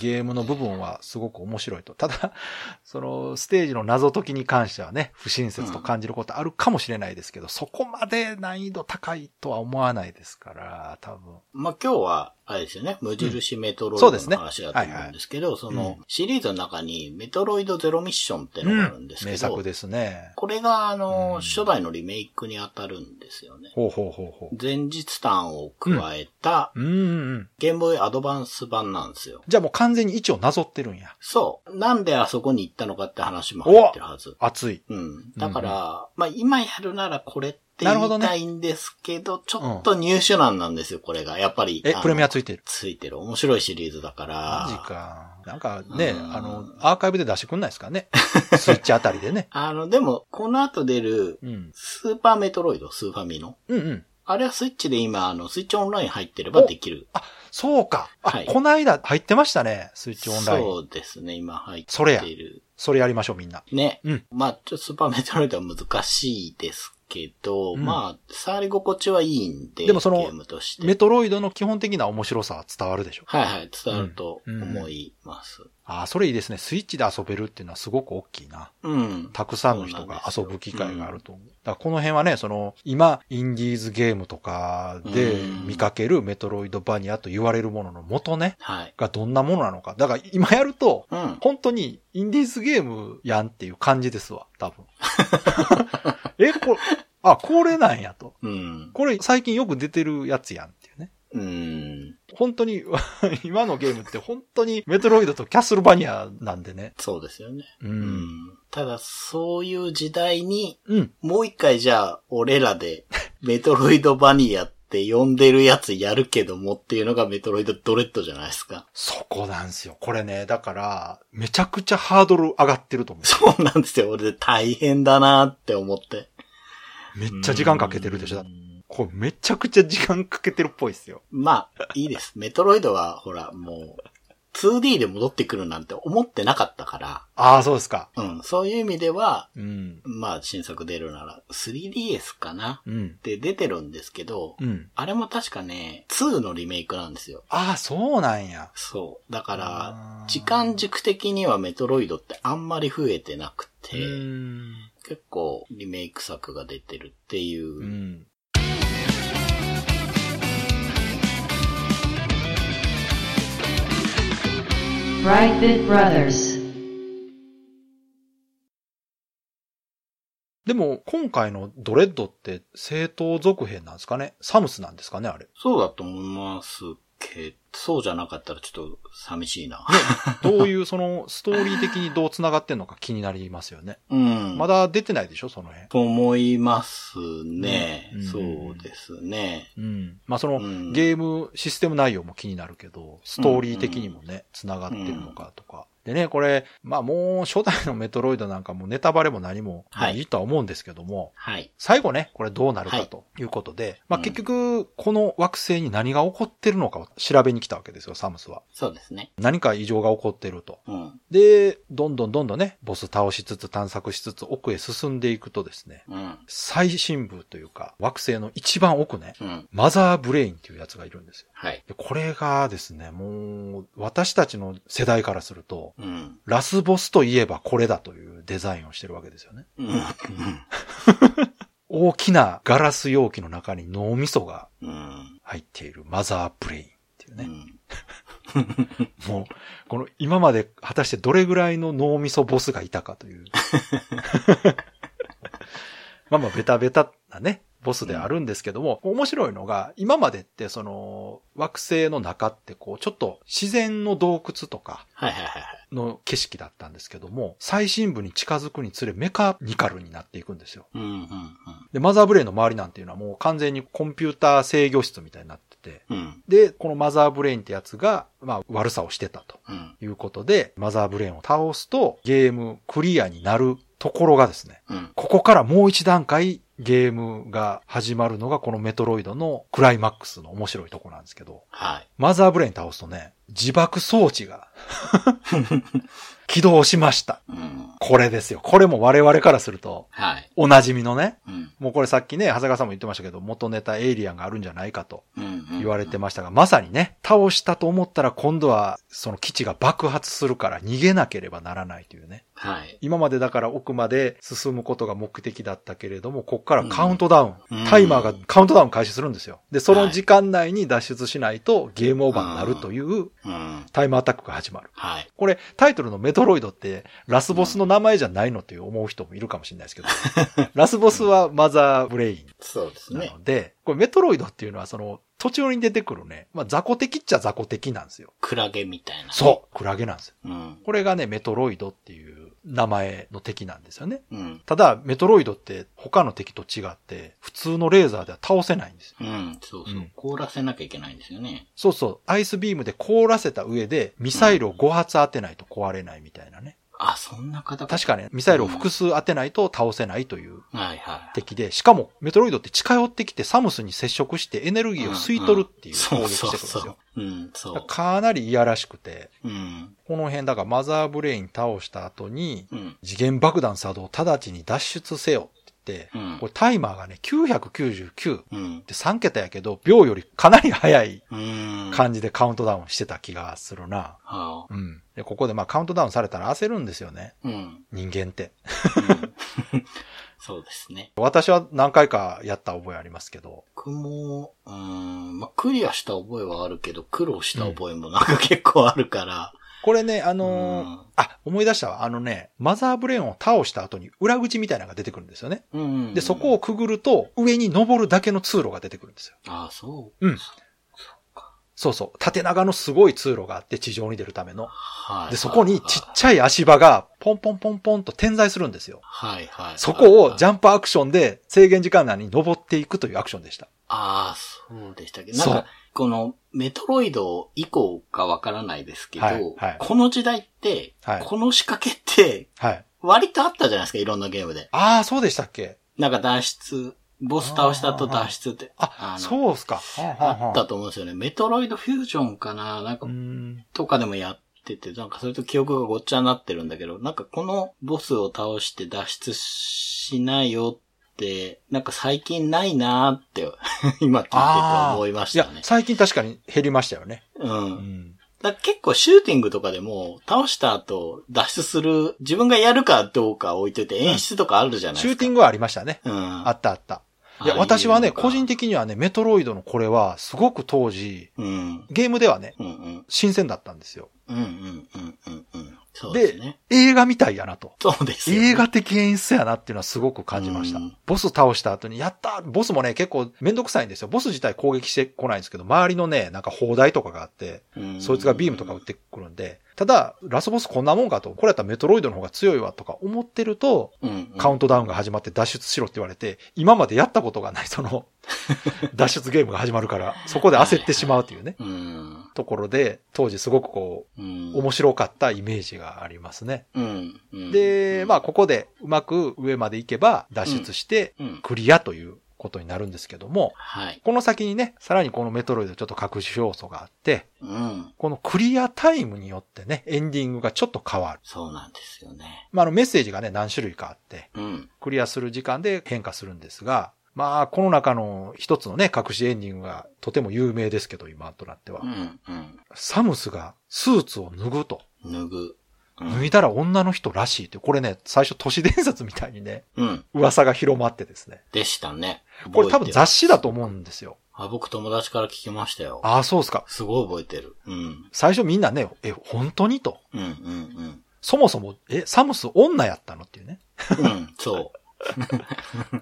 [SPEAKER 2] ゲームの部
[SPEAKER 3] 分。
[SPEAKER 2] 分はすごく面白いと。ただ、 そのステージの謎解きに関してはね、不親切と感じることあるかもしれないですけど、そこまで難易度高いとは思わないですから、多分。
[SPEAKER 3] まあ、今日は、あれですよね。無印メトロイ
[SPEAKER 2] そ
[SPEAKER 3] ド
[SPEAKER 2] うです
[SPEAKER 3] の
[SPEAKER 2] ね
[SPEAKER 3] 話だと思うんですけど、そ
[SPEAKER 2] うん
[SPEAKER 3] の、シリーズの中に、メトロイドゼロミッションってのがあるんです
[SPEAKER 2] 名
[SPEAKER 3] けど
[SPEAKER 2] 作、ですね。
[SPEAKER 3] これが、あの、
[SPEAKER 2] うん
[SPEAKER 3] 初代のリメイクに当たるんですよね。
[SPEAKER 2] ほうほうほうほう。
[SPEAKER 3] 前日単を加えた、
[SPEAKER 2] うんうんうん。
[SPEAKER 3] ゲームボーイアドバンス版なんですよ。
[SPEAKER 2] じゃあもう完全に位置をなぞってるんや。
[SPEAKER 3] そう。なんであそこに行ったのかって話も入ってるはず。
[SPEAKER 2] 熱い。
[SPEAKER 3] うん。だから、まあ今やるならこれっって言いたいんですけど、ちょっと入手難なんですよ、これが。やっぱり。
[SPEAKER 2] え
[SPEAKER 3] あの、
[SPEAKER 2] プレミアついてる。
[SPEAKER 3] ついてる。面白いシリーズだから。
[SPEAKER 2] マジか。なんかね、
[SPEAKER 3] うん
[SPEAKER 2] あの、アーカイブで出してくんないですか ね。スイッチあたりでね。
[SPEAKER 3] あの、でも、この後出る、
[SPEAKER 2] うん。
[SPEAKER 3] スーパーメトロイド、スーファミの。
[SPEAKER 2] うんうん。
[SPEAKER 3] あれはスイッチで今、あの、スイッチオンライン入ってればできる。
[SPEAKER 2] そうか。あ、
[SPEAKER 3] はい
[SPEAKER 2] こないだ入ってましたね。スイッチオンライン。そ
[SPEAKER 3] そうですね、今入っ
[SPEAKER 2] それや
[SPEAKER 3] てる。
[SPEAKER 2] れやりましょう、みんな。
[SPEAKER 3] ね。
[SPEAKER 2] うん
[SPEAKER 3] まあ、ちょっとスーパーメトロイドは難しいですけど、
[SPEAKER 2] うん
[SPEAKER 3] まあ、触り心地はいいんで、
[SPEAKER 2] でもその
[SPEAKER 3] ゲームとして。
[SPEAKER 2] メトロイドの基本的な面白さは伝わるでしょ。
[SPEAKER 3] はいはい、伝わると思います。
[SPEAKER 2] ああ、それいいですね。スイッチで遊べるっていうのはすごく大きいな。
[SPEAKER 3] うん。
[SPEAKER 2] たくさんの人が遊ぶ機会があると思う。だからこの辺はね、その、今、インディーズゲームとかで
[SPEAKER 3] うん
[SPEAKER 2] 見かけるメトロイドバニアと言われるものの元ね、
[SPEAKER 3] はい。
[SPEAKER 2] がどんなものなのか。だから今やると、
[SPEAKER 3] うん。
[SPEAKER 2] 本当にインディーズゲームやんっていう感じですわ、多分。 え、これ、あ、これなんやと。
[SPEAKER 3] うん。
[SPEAKER 2] これ最近よく出てるやつやんっていうね。
[SPEAKER 3] うん。
[SPEAKER 2] 本当に、 今のゲームって本当にメトロイドとキャッスルバニアなんでね。
[SPEAKER 3] そうですよね。
[SPEAKER 2] う。
[SPEAKER 3] うんん。ただ、そういう時代に、
[SPEAKER 2] うん。
[SPEAKER 3] もう一回じゃあ、俺らで、メトロイドバニアって呼んでるやつやるけどもっていうのがメトロイドドレッドじゃないですか。
[SPEAKER 2] そこなんすよ。これね、だから、めちゃくちゃハードル上がってると思
[SPEAKER 3] そうなんですよ。俺大変だなって思って。
[SPEAKER 2] う。めっちゃ時間かけてるでしょ。だ
[SPEAKER 3] う
[SPEAKER 2] って
[SPEAKER 3] ん
[SPEAKER 2] これめちゃくちゃ時間かけてるっぽいっすよ。
[SPEAKER 3] まあ、いいです。メトロイドは、ほら、もう、2D で戻ってくるなんて思ってなかったか
[SPEAKER 2] ああ、そうですか。
[SPEAKER 3] ら、うん、そういう意味では、
[SPEAKER 2] うん。
[SPEAKER 3] まあ、新作出るなら、3DS かな
[SPEAKER 2] うん
[SPEAKER 3] っ。て出てるんですけど、
[SPEAKER 2] うん。
[SPEAKER 3] あれも確かね、2のリメイクなんですよ。
[SPEAKER 2] ああ、そうなんや。
[SPEAKER 3] そう。だか
[SPEAKER 2] あ
[SPEAKER 3] ら
[SPEAKER 2] ー、
[SPEAKER 3] 時間軸的にはメトロイドってあんまり増えてなくて、
[SPEAKER 2] うん。
[SPEAKER 3] 結構リメイク作が出てるっていうう。
[SPEAKER 2] ん。
[SPEAKER 1] Brightbit Brothers.
[SPEAKER 2] でも、今回のドレッドって正当続編なんですかねサムスなんですかねあれ。
[SPEAKER 3] そうだと思いますけど、そうじゃなかったらちょっと寂 しいな。
[SPEAKER 2] どういう、その、ストーリー的にどう繋がってんのか気になりますよね。
[SPEAKER 3] うん。
[SPEAKER 2] まだ出てないでしょその辺。
[SPEAKER 3] と思いますね。
[SPEAKER 2] うん
[SPEAKER 3] そうですね。
[SPEAKER 2] うん。まあ、その、
[SPEAKER 3] うん
[SPEAKER 2] ゲーム、システム内容も気になるけど、ストーリー的にもね、繋がってるのかとか。でね、これ、まあもう初代のメトロイドなんかもネタバレも何もまあ
[SPEAKER 3] はい
[SPEAKER 2] いいとは思うんですけども、
[SPEAKER 3] はい。
[SPEAKER 2] 最後ね、これどうなる
[SPEAKER 3] は
[SPEAKER 2] か
[SPEAKER 3] い
[SPEAKER 2] ということで、まあ
[SPEAKER 3] うん
[SPEAKER 2] 結局、この惑星に何が起こってるのかを調べに来たわけですよ、サムスは。
[SPEAKER 3] そうですね。
[SPEAKER 2] 何か異常が起こってると。
[SPEAKER 3] うん。
[SPEAKER 2] で、どんどんどんどんね、ボス倒しつつ探索しつつ奥へ進んでいくとですね、
[SPEAKER 3] うん。
[SPEAKER 2] 最深部というか、惑星の一番奥ね、
[SPEAKER 3] うん。
[SPEAKER 2] マザーブレインっていうやつがいるんですよ。
[SPEAKER 3] はい。
[SPEAKER 2] でこれがですね、もう、私たちの世代からすると、
[SPEAKER 3] うん。
[SPEAKER 2] ラスボスといえばこれだというデザインをしてるわけですよね。
[SPEAKER 3] うん。
[SPEAKER 2] 大きなガラス容器の中に脳みそが
[SPEAKER 3] うん。うん
[SPEAKER 2] 入っているマザーブレインっていう
[SPEAKER 3] う
[SPEAKER 2] ね。
[SPEAKER 3] ん。
[SPEAKER 2] もう、この今まで果たしてどれぐらいの脳みそボスがいたかと いう。まあまあ、ベタベタなね、ボスであるんですけども、面白いのが、今までってその、惑星の中ってこう、ちょっと自然の洞窟とか、
[SPEAKER 3] はいはいはいはい。
[SPEAKER 2] の景色だったんですけども、最深部に近づくにつれメカニカルになっていくんですよ。
[SPEAKER 3] うん。うん。
[SPEAKER 2] で、マザーブレインの周りなんていうのはもう完全にコンピューター制御室みたいになってて、
[SPEAKER 3] うん。うん。
[SPEAKER 2] で、このマザーブレインってやつが、まあ悪さをしてたと
[SPEAKER 3] うん。
[SPEAKER 2] いうことで、マザーブレインを倒すとゲームクリアになるところがですね、
[SPEAKER 3] うん。
[SPEAKER 2] ここからもう一段階ゲームが始まるのがこのメトロイドのクライマックスの面白いとこなんですけど、
[SPEAKER 3] はい。
[SPEAKER 2] マザーブレイン倒すとね、自爆装置が起動しました。
[SPEAKER 3] うん。
[SPEAKER 2] これですよ。これも我々からすると、
[SPEAKER 3] はい。
[SPEAKER 2] おなじみのね。
[SPEAKER 3] うん。
[SPEAKER 2] もうこれさっきね、長谷川さんも言ってましたけど、元ネタエイリアンがあるんじゃないかと
[SPEAKER 3] うん。
[SPEAKER 2] 言われてましたが、まさにね、倒したと思ったら今度はその基地が爆発するから逃げなければならないというね。
[SPEAKER 3] はい。
[SPEAKER 2] 今までだから奥まで進むことが目的だったけれども、ここからカウントダウン、
[SPEAKER 3] うん
[SPEAKER 2] タイマーがカウントダウン開始するんですよ。で、その時間内に脱出しないとゲームオーバーになるという
[SPEAKER 3] うん。
[SPEAKER 2] タイムアタックが始まる。
[SPEAKER 3] はい。
[SPEAKER 2] これ、タイトルのメトロイドって、ラスボスの名前じゃないのって思う人もいるかもしれないですけ ど、ラスボスはマザーブレイ
[SPEAKER 3] そうです
[SPEAKER 2] ンな
[SPEAKER 3] ね。
[SPEAKER 2] ので、これメトロイドっていうのはその、途中に出てくるね、まあ、雑魚的っちゃ雑魚的なんですよ。
[SPEAKER 3] クラゲみたいな。
[SPEAKER 2] そうクラゲなんですよ。
[SPEAKER 3] う。うん。
[SPEAKER 2] これがね、メトロイドっていう名前の敵なんですよね。
[SPEAKER 3] うん。
[SPEAKER 2] ただ、メトロイドって他の敵と違って、普通のレーザーでは倒せないんですよ。。
[SPEAKER 3] うん、そうそううん凍らせなきゃいけないんですよね。
[SPEAKER 2] そうそう、アイスビームで凍らせた上で、ミサイルを5発当てないと壊れないみたいなね。
[SPEAKER 3] あ、そんな方
[SPEAKER 2] 確かね、ミサイルを複数当てないと倒せないという
[SPEAKER 3] に。はいはい。
[SPEAKER 2] 敵で、しかも、メトロイドって近寄ってきてサムスに接触してエネルギーを吸い取るっていう攻撃してくるんです
[SPEAKER 3] そうそう
[SPEAKER 2] よ。
[SPEAKER 3] そう。うん、そ
[SPEAKER 2] だ
[SPEAKER 3] う
[SPEAKER 2] か。らかなりいやらしくて、
[SPEAKER 3] うん。
[SPEAKER 2] この辺、だからマザーブレイン倒した後に、
[SPEAKER 3] うん。
[SPEAKER 2] 次元爆弾作動直ちに脱出せよって
[SPEAKER 3] う
[SPEAKER 2] 言って、
[SPEAKER 3] ん
[SPEAKER 2] これタイマーがね、999っ
[SPEAKER 3] うん。
[SPEAKER 2] て3桁やけど、秒よりかなり早い
[SPEAKER 3] うん。
[SPEAKER 2] 感じでカウントダウンしてた気がするな。
[SPEAKER 3] はあ
[SPEAKER 2] うん。で、ここでまあカウントダウンされたら焦るんですよね。
[SPEAKER 3] う ん。うん。
[SPEAKER 2] 人間って。
[SPEAKER 3] そうですね。
[SPEAKER 2] 私は何回かやった覚えありますけど。
[SPEAKER 3] 僕も、うん、まあ、クリアした覚えはあるけど、苦労した覚えもなんか結構あるから、
[SPEAKER 2] これね、あのー
[SPEAKER 3] うん
[SPEAKER 2] あ、思い出したわ。あのね、マザーブレーンを倒した後に裏口みたいなのが出てくるんですよね。
[SPEAKER 3] うん。
[SPEAKER 2] で、そこを、くぐると、上に登るだけの通路が出てくるんですよ。
[SPEAKER 3] ああ、そう。
[SPEAKER 2] うんそうそう。縦長のすごい通路があって、地上に出るための。
[SPEAKER 3] はい。
[SPEAKER 2] で、そこにちっちゃい足場が、ポンポンポンポンと点在するんですよ。
[SPEAKER 3] はいはい。
[SPEAKER 2] そこをジ
[SPEAKER 3] ゃ
[SPEAKER 2] ャンプアクションで制限時間内に登っていくというアクションでした。
[SPEAKER 3] ああ、そうでしたけど、なん
[SPEAKER 2] そう
[SPEAKER 3] か、この、メトロイド以降かわからないですけど、
[SPEAKER 2] はいはい
[SPEAKER 3] この時代って、
[SPEAKER 2] はい
[SPEAKER 3] この仕掛けって、
[SPEAKER 2] はい。
[SPEAKER 3] 割とあったじゃないですか、いろんなゲームで。
[SPEAKER 2] ああ、そうでしたっけ
[SPEAKER 3] なんか脱出、ボス倒した後脱出って、
[SPEAKER 2] あ、
[SPEAKER 3] の
[SPEAKER 2] そうっすか。
[SPEAKER 3] あった
[SPEAKER 2] と。
[SPEAKER 3] と思うんですよね。メトロイドフュージョンかななんか
[SPEAKER 2] うー、ん。
[SPEAKER 3] とかでもやってて、なんかそれと記憶がごっちゃになってるんだけど、なんかこのボスを倒して脱出しないよって、なんか最近ないなーって、 今聞いてて思いま
[SPEAKER 2] い
[SPEAKER 3] し
[SPEAKER 2] や
[SPEAKER 3] たね、。
[SPEAKER 2] 最近確かに減りましたよね。
[SPEAKER 3] うん。
[SPEAKER 2] うん。
[SPEAKER 3] だから結構シューティングとかでも、倒した後脱出する、自分がやるかどうか置いといて演出とかあるじゃない
[SPEAKER 2] シ
[SPEAKER 3] で
[SPEAKER 2] ュ
[SPEAKER 3] す
[SPEAKER 2] ー
[SPEAKER 3] か。
[SPEAKER 2] ティングはありましたね。
[SPEAKER 3] うん。
[SPEAKER 2] あったあった。いや、
[SPEAKER 3] ああう
[SPEAKER 2] 私はね、
[SPEAKER 3] のが
[SPEAKER 2] 個人的にはね、メトロイドのこれは、すごく当時、
[SPEAKER 3] うん。
[SPEAKER 2] ゲームではね、
[SPEAKER 3] うんうん。
[SPEAKER 2] 新鮮だったんですよ。
[SPEAKER 3] うんうんうんうんうん。そうですね。
[SPEAKER 2] 映画みたいやなと。
[SPEAKER 3] そうですよね、
[SPEAKER 2] 映画的演出やなっていうのはすごく感じました
[SPEAKER 3] うん。
[SPEAKER 2] ボス倒した後に、やったボスもね、結構めんどくさいんですよ。ボス自体攻撃してこないんですけど、周りのね、なんか砲台とかがあって、
[SPEAKER 3] うん
[SPEAKER 2] そいつがビームとか撃ってくるんで、ただ、ラスボスこんなもんかと、これやったらメトロイドの方が強いわとか思ってると、
[SPEAKER 3] うんうん
[SPEAKER 2] カウントダウンが始まって脱出しろって言われて、今までやったことがないそ の脱出ゲームが始まるから、そこで焦ってしまうというね、
[SPEAKER 3] うん。
[SPEAKER 2] ところで、当時すごくこ
[SPEAKER 3] う
[SPEAKER 2] う、
[SPEAKER 3] ん。
[SPEAKER 2] 面白かったイメージがありますね。
[SPEAKER 3] うん。うん
[SPEAKER 2] で、まあ、、ここでうまく上まで行けば脱出して
[SPEAKER 3] うん。
[SPEAKER 2] クリアということになるんですけども、
[SPEAKER 3] はい。
[SPEAKER 2] この先にね、さらにこのメトロイドちょっと隠し要素があって、
[SPEAKER 3] うん。
[SPEAKER 2] このクリアタイムによってね、エンディングがちょっと変わる。
[SPEAKER 3] そうなんですよね。
[SPEAKER 2] まあ、あのメッセージがね、何種類かあって、
[SPEAKER 3] うん。
[SPEAKER 2] クリアする時間で変化するんですが、まあ、この中の一つのね、隠しエンディングがとても有名ですけど、今となっては。
[SPEAKER 3] うん。うん。
[SPEAKER 2] サムスがスーツを脱ぐと。
[SPEAKER 3] 脱ぐ。うん
[SPEAKER 2] 脱いだら女の人らしいって、これね、最初都市伝説みたいにね、
[SPEAKER 3] うん。
[SPEAKER 2] 噂が広まってですね。
[SPEAKER 3] でしたね。
[SPEAKER 2] これ多分雑
[SPEAKER 3] 誌
[SPEAKER 2] 誌だと思うんですよ。
[SPEAKER 3] あ、僕友達から聞きましたよ。
[SPEAKER 2] ああ、そうですか。
[SPEAKER 3] すごい覚えてる。うん。
[SPEAKER 2] 最初みんなね、え、本当にと。
[SPEAKER 3] うん。うん。
[SPEAKER 2] そもそも、え、サムス女やったのっていうね。
[SPEAKER 3] う ん。うん。そ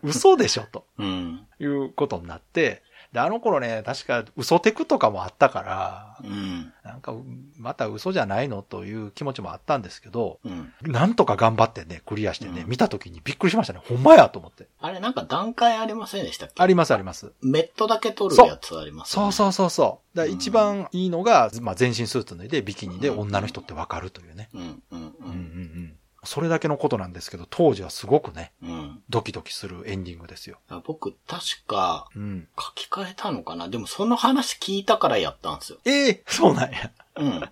[SPEAKER 2] 嘘でしょと。
[SPEAKER 3] う。うん。
[SPEAKER 2] いうことになって、で、あの頃ね、確か嘘テクとかもあったから、
[SPEAKER 3] うん。
[SPEAKER 2] なんか、うまた嘘じゃないのという気持ちもあったんですけど、
[SPEAKER 3] うん。
[SPEAKER 2] なんとか頑張ってね、クリアしてね、
[SPEAKER 3] うん
[SPEAKER 2] 見た時にびっくりしましたね。ほんまやと思って。
[SPEAKER 3] あれ、なんか段階ありませんでしたっけ
[SPEAKER 2] ありますあります。
[SPEAKER 3] メットだけ取るやつあります。
[SPEAKER 2] そうそううそうそう。だから一番いいのが、まあ、全身スーツ脱いでビキニで女の人ってわかるというね。
[SPEAKER 3] うん。うん。
[SPEAKER 2] うんうんうん。それだけのことなんですけど、当時はすごくね、
[SPEAKER 3] うん。うん。
[SPEAKER 2] ドキドキするエンディングですよ。
[SPEAKER 3] あ僕、確か、
[SPEAKER 2] うん。
[SPEAKER 3] 書き換えたのかなでもその話聞いたからやったんですよ。
[SPEAKER 2] ええそうなんや。
[SPEAKER 3] うん。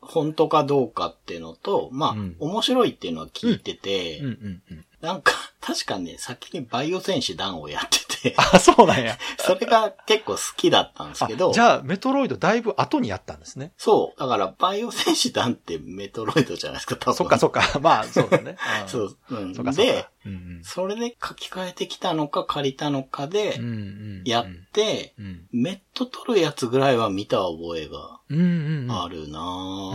[SPEAKER 3] 本当かどうかっていうのと、まあ、
[SPEAKER 2] うん
[SPEAKER 3] 面白いっていうのは聞いてて、
[SPEAKER 2] うんうんうん。
[SPEAKER 3] なんか、確かね、先にバイオ戦士ダンをやってて、
[SPEAKER 2] あ、そうなんや。
[SPEAKER 3] それが結構好きだったんです
[SPEAKER 2] あ
[SPEAKER 3] けど、
[SPEAKER 2] じゃあ、メトロイドだいぶ後にやったんですね。
[SPEAKER 3] そう。だから、バイオ戦士ダンってメトロイドじゃないですか、多分。
[SPEAKER 2] そっかそっか。 まあ、そうだね。ん
[SPEAKER 3] そ。う。うん。
[SPEAKER 2] そっかそっ
[SPEAKER 3] で
[SPEAKER 2] か、。うんうん
[SPEAKER 3] それで書き換えてきたのか借りたのかで
[SPEAKER 2] うん、うんうん。
[SPEAKER 3] やって、
[SPEAKER 2] うん。
[SPEAKER 3] メット取るやつぐらいは見た覚えが
[SPEAKER 2] うんうんうん。
[SPEAKER 3] あるな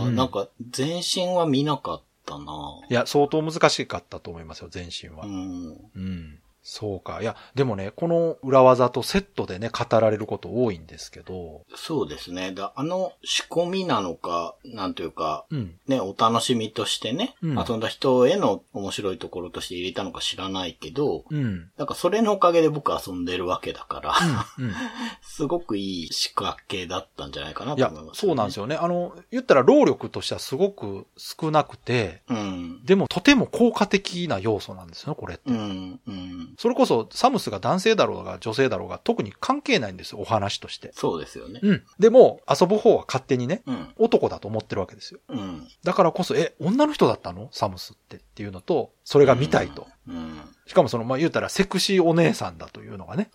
[SPEAKER 3] ぁ、
[SPEAKER 2] うん
[SPEAKER 3] なんか、全身は見なかったなぁ
[SPEAKER 2] いや、相当難しかったと思いますよ、全身は
[SPEAKER 3] う。ん。
[SPEAKER 2] うん。そうか。いや、でもね、この裏技とセットでね、語られること多いんですけど、
[SPEAKER 3] そうですね。だあの仕込みなのか、なんというか、
[SPEAKER 2] うん。
[SPEAKER 3] ね、お楽しみとしてね、
[SPEAKER 2] うん
[SPEAKER 3] 遊んだ人への面白いところとして入れたのか知らないけど、
[SPEAKER 2] うん。うん。
[SPEAKER 3] なんかそれのおかげで僕遊んでるわけだから、
[SPEAKER 2] うん。
[SPEAKER 3] すごくいい仕掛けだったんじゃないかないと
[SPEAKER 2] や
[SPEAKER 3] 思いま、す、
[SPEAKER 2] そうなんです
[SPEAKER 3] よ。
[SPEAKER 2] よね。あの、言ったら労力としてはすごく少なくて、
[SPEAKER 3] うん。
[SPEAKER 2] でもとても効果的な要素なんですよ、これって。
[SPEAKER 3] うん。うん。
[SPEAKER 2] それこそ、サムスが男性だろうが女性だろうが特に関係ないんですよ、お話として。
[SPEAKER 3] そうですよね。
[SPEAKER 2] うん。でも、遊ぶ方は勝手にね、
[SPEAKER 3] うん。
[SPEAKER 2] 男だと思ってるわけですよ。
[SPEAKER 3] うん。
[SPEAKER 2] だからこそ、え、女の人だったのサムスってっていうのと、それが見たいと。
[SPEAKER 3] うん。
[SPEAKER 2] しかもその、まあ、言うたらセクシーお姉さんだというのが ね。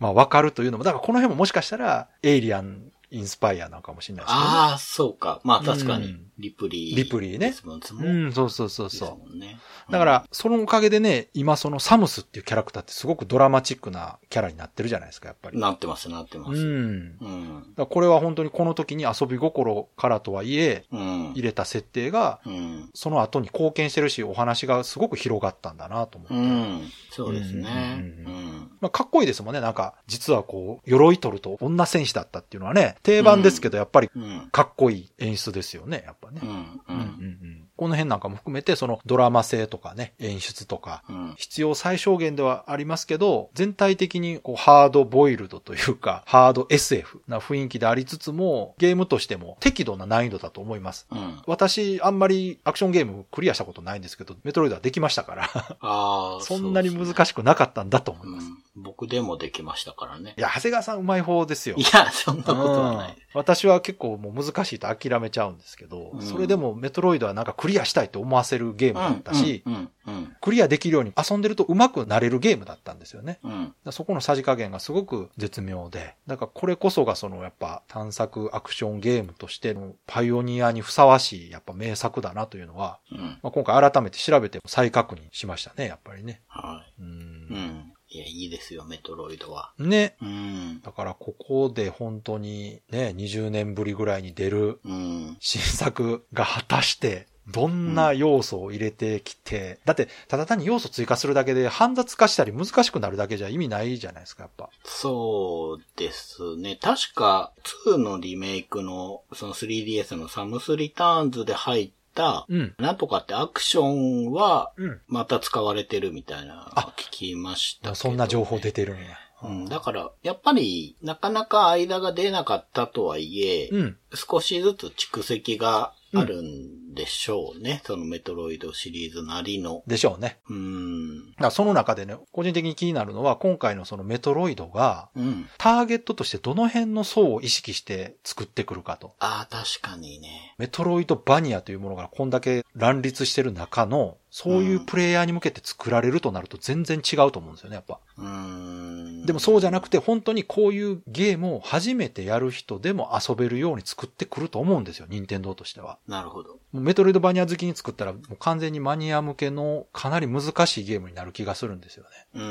[SPEAKER 2] まあ、わかるというのも、だからこの辺ももしかしたら、エイリアンインスパイアなのかもしれないですけどね。
[SPEAKER 3] ああ、そうか。まあ確か
[SPEAKER 2] う
[SPEAKER 3] に
[SPEAKER 2] ん、
[SPEAKER 3] リプリー。
[SPEAKER 2] リプリーね
[SPEAKER 3] ですもん
[SPEAKER 2] う
[SPEAKER 3] ね。
[SPEAKER 2] ん、そうそうそう
[SPEAKER 3] です
[SPEAKER 2] そ
[SPEAKER 3] もんね。
[SPEAKER 2] う。だから、そのおかげでね、今そのサムスっていうキャラクターってすごくドラマチックなキャラになってるじゃないですか、やっぱ
[SPEAKER 3] うん、
[SPEAKER 2] り。
[SPEAKER 3] なってます、なってま
[SPEAKER 2] う
[SPEAKER 3] す。
[SPEAKER 2] ん。だか
[SPEAKER 3] うん。
[SPEAKER 2] らこれは本当にこの時に遊び心からとはいえ、
[SPEAKER 3] うん
[SPEAKER 2] 入。れた設定が、
[SPEAKER 3] うん。
[SPEAKER 2] その後に貢献してるし、お話がすごく広がったんだなと思って。
[SPEAKER 3] うん。そうです
[SPEAKER 2] う
[SPEAKER 3] ね。
[SPEAKER 2] んう
[SPEAKER 3] うんん。
[SPEAKER 2] まあ、かっこいいですもんね。なんか、実はこう、鎧取ると女戦士だったっていうのはね、定番ですけど、やっぱり、
[SPEAKER 3] うん。
[SPEAKER 2] かっこいい演出ですよね、やっぱね
[SPEAKER 3] う。ん。う
[SPEAKER 2] うんうんう
[SPEAKER 3] ん。
[SPEAKER 2] んこの辺なんかも含めて、そのドラマ性とかね、演出とか、
[SPEAKER 3] うん。
[SPEAKER 2] 必要最小限ではありますけど、全体的にこうハードボイルドというか、ハード SF な雰囲気でありつつも、ゲームとしても適度な難易度だと思います。
[SPEAKER 3] うん。
[SPEAKER 2] 私、あんまりアクションゲームクリアしたことないんですけど、メトロイドはできましたから、
[SPEAKER 3] ああ、
[SPEAKER 2] そんなに
[SPEAKER 3] そうですね
[SPEAKER 2] 難しくなかったんだと思います。
[SPEAKER 3] うん僕でもできましたからね
[SPEAKER 2] い。や、長谷川さんうまい方ですよ
[SPEAKER 3] い。や、そんなことはな
[SPEAKER 2] うん
[SPEAKER 3] い。
[SPEAKER 2] 私は結構もう難しいと諦めちゃうんですけど、
[SPEAKER 3] うん
[SPEAKER 2] それでもメトロイドはなんかクリアしたいと思わせるゲームだったし、
[SPEAKER 3] うん、うん、
[SPEAKER 2] クリアできるように遊んでると上手くなれるゲームだったんですよね。
[SPEAKER 3] うん、うん。
[SPEAKER 2] だからそこのさじ加減がすごく絶妙で、だからこれこそがそのやっぱ探索アクションゲームとしてのパイオニアにふさわしいやっぱ名作だなというのは、
[SPEAKER 3] うん。
[SPEAKER 2] まあ、今回改めて調べて再確認しましたね、やっぱりね。
[SPEAKER 3] は
[SPEAKER 2] う
[SPEAKER 3] い。うんん。いや、いいですよ、メトロイドは。
[SPEAKER 2] ね。
[SPEAKER 3] うん。
[SPEAKER 2] だからここで本当にね、20年ぶりぐらいに出る
[SPEAKER 3] うん。
[SPEAKER 2] 新作が果たして、どんな要素を入れてきて、だって、ただ単に要素追加するだけで、煩雑化したり難しくなるだけじゃ意味ないじゃないですか、やっぱ。
[SPEAKER 3] そうですね。確か、2のリメイクの、その 3DS のサムスリターンズで入った、
[SPEAKER 2] うん。
[SPEAKER 3] なんとかってアクションは、
[SPEAKER 2] うん。
[SPEAKER 3] また使われてるみたいな、
[SPEAKER 2] あ
[SPEAKER 3] 聞きましたけど、
[SPEAKER 2] そんな情報出てるんや。
[SPEAKER 3] うん、だから、やっぱり、なかなか間が出なかったとはいえ、
[SPEAKER 2] うん。
[SPEAKER 3] 少しずつ蓄積があるんでしょうね。そのメトロイドシリーズなりの。
[SPEAKER 2] でしょうね。
[SPEAKER 3] うーん
[SPEAKER 2] だ。からその中でね、個人的に気になるのは、今回のそのメトロイドが、
[SPEAKER 3] うん。
[SPEAKER 2] ターゲットとしてどの辺の層を意識して作ってくるかと。
[SPEAKER 3] ああ、確かにね。
[SPEAKER 2] メトロイドバニアというものがこんだけ乱立してる中の、そういうプレイヤーに向けて作られるとなると全然違うと思うんですよね、やっぱ。
[SPEAKER 3] うーん。
[SPEAKER 2] でもそうじゃなくて、本当にこういうゲームを初めてやる人でも遊べるように作ってくると思うんですよ、任天堂としては。
[SPEAKER 3] なるほど。
[SPEAKER 2] もうメトロイドバニア好きに作ったら、もう完全にマニア向けのかなり難しいゲームになる気がするんですよね。
[SPEAKER 3] うー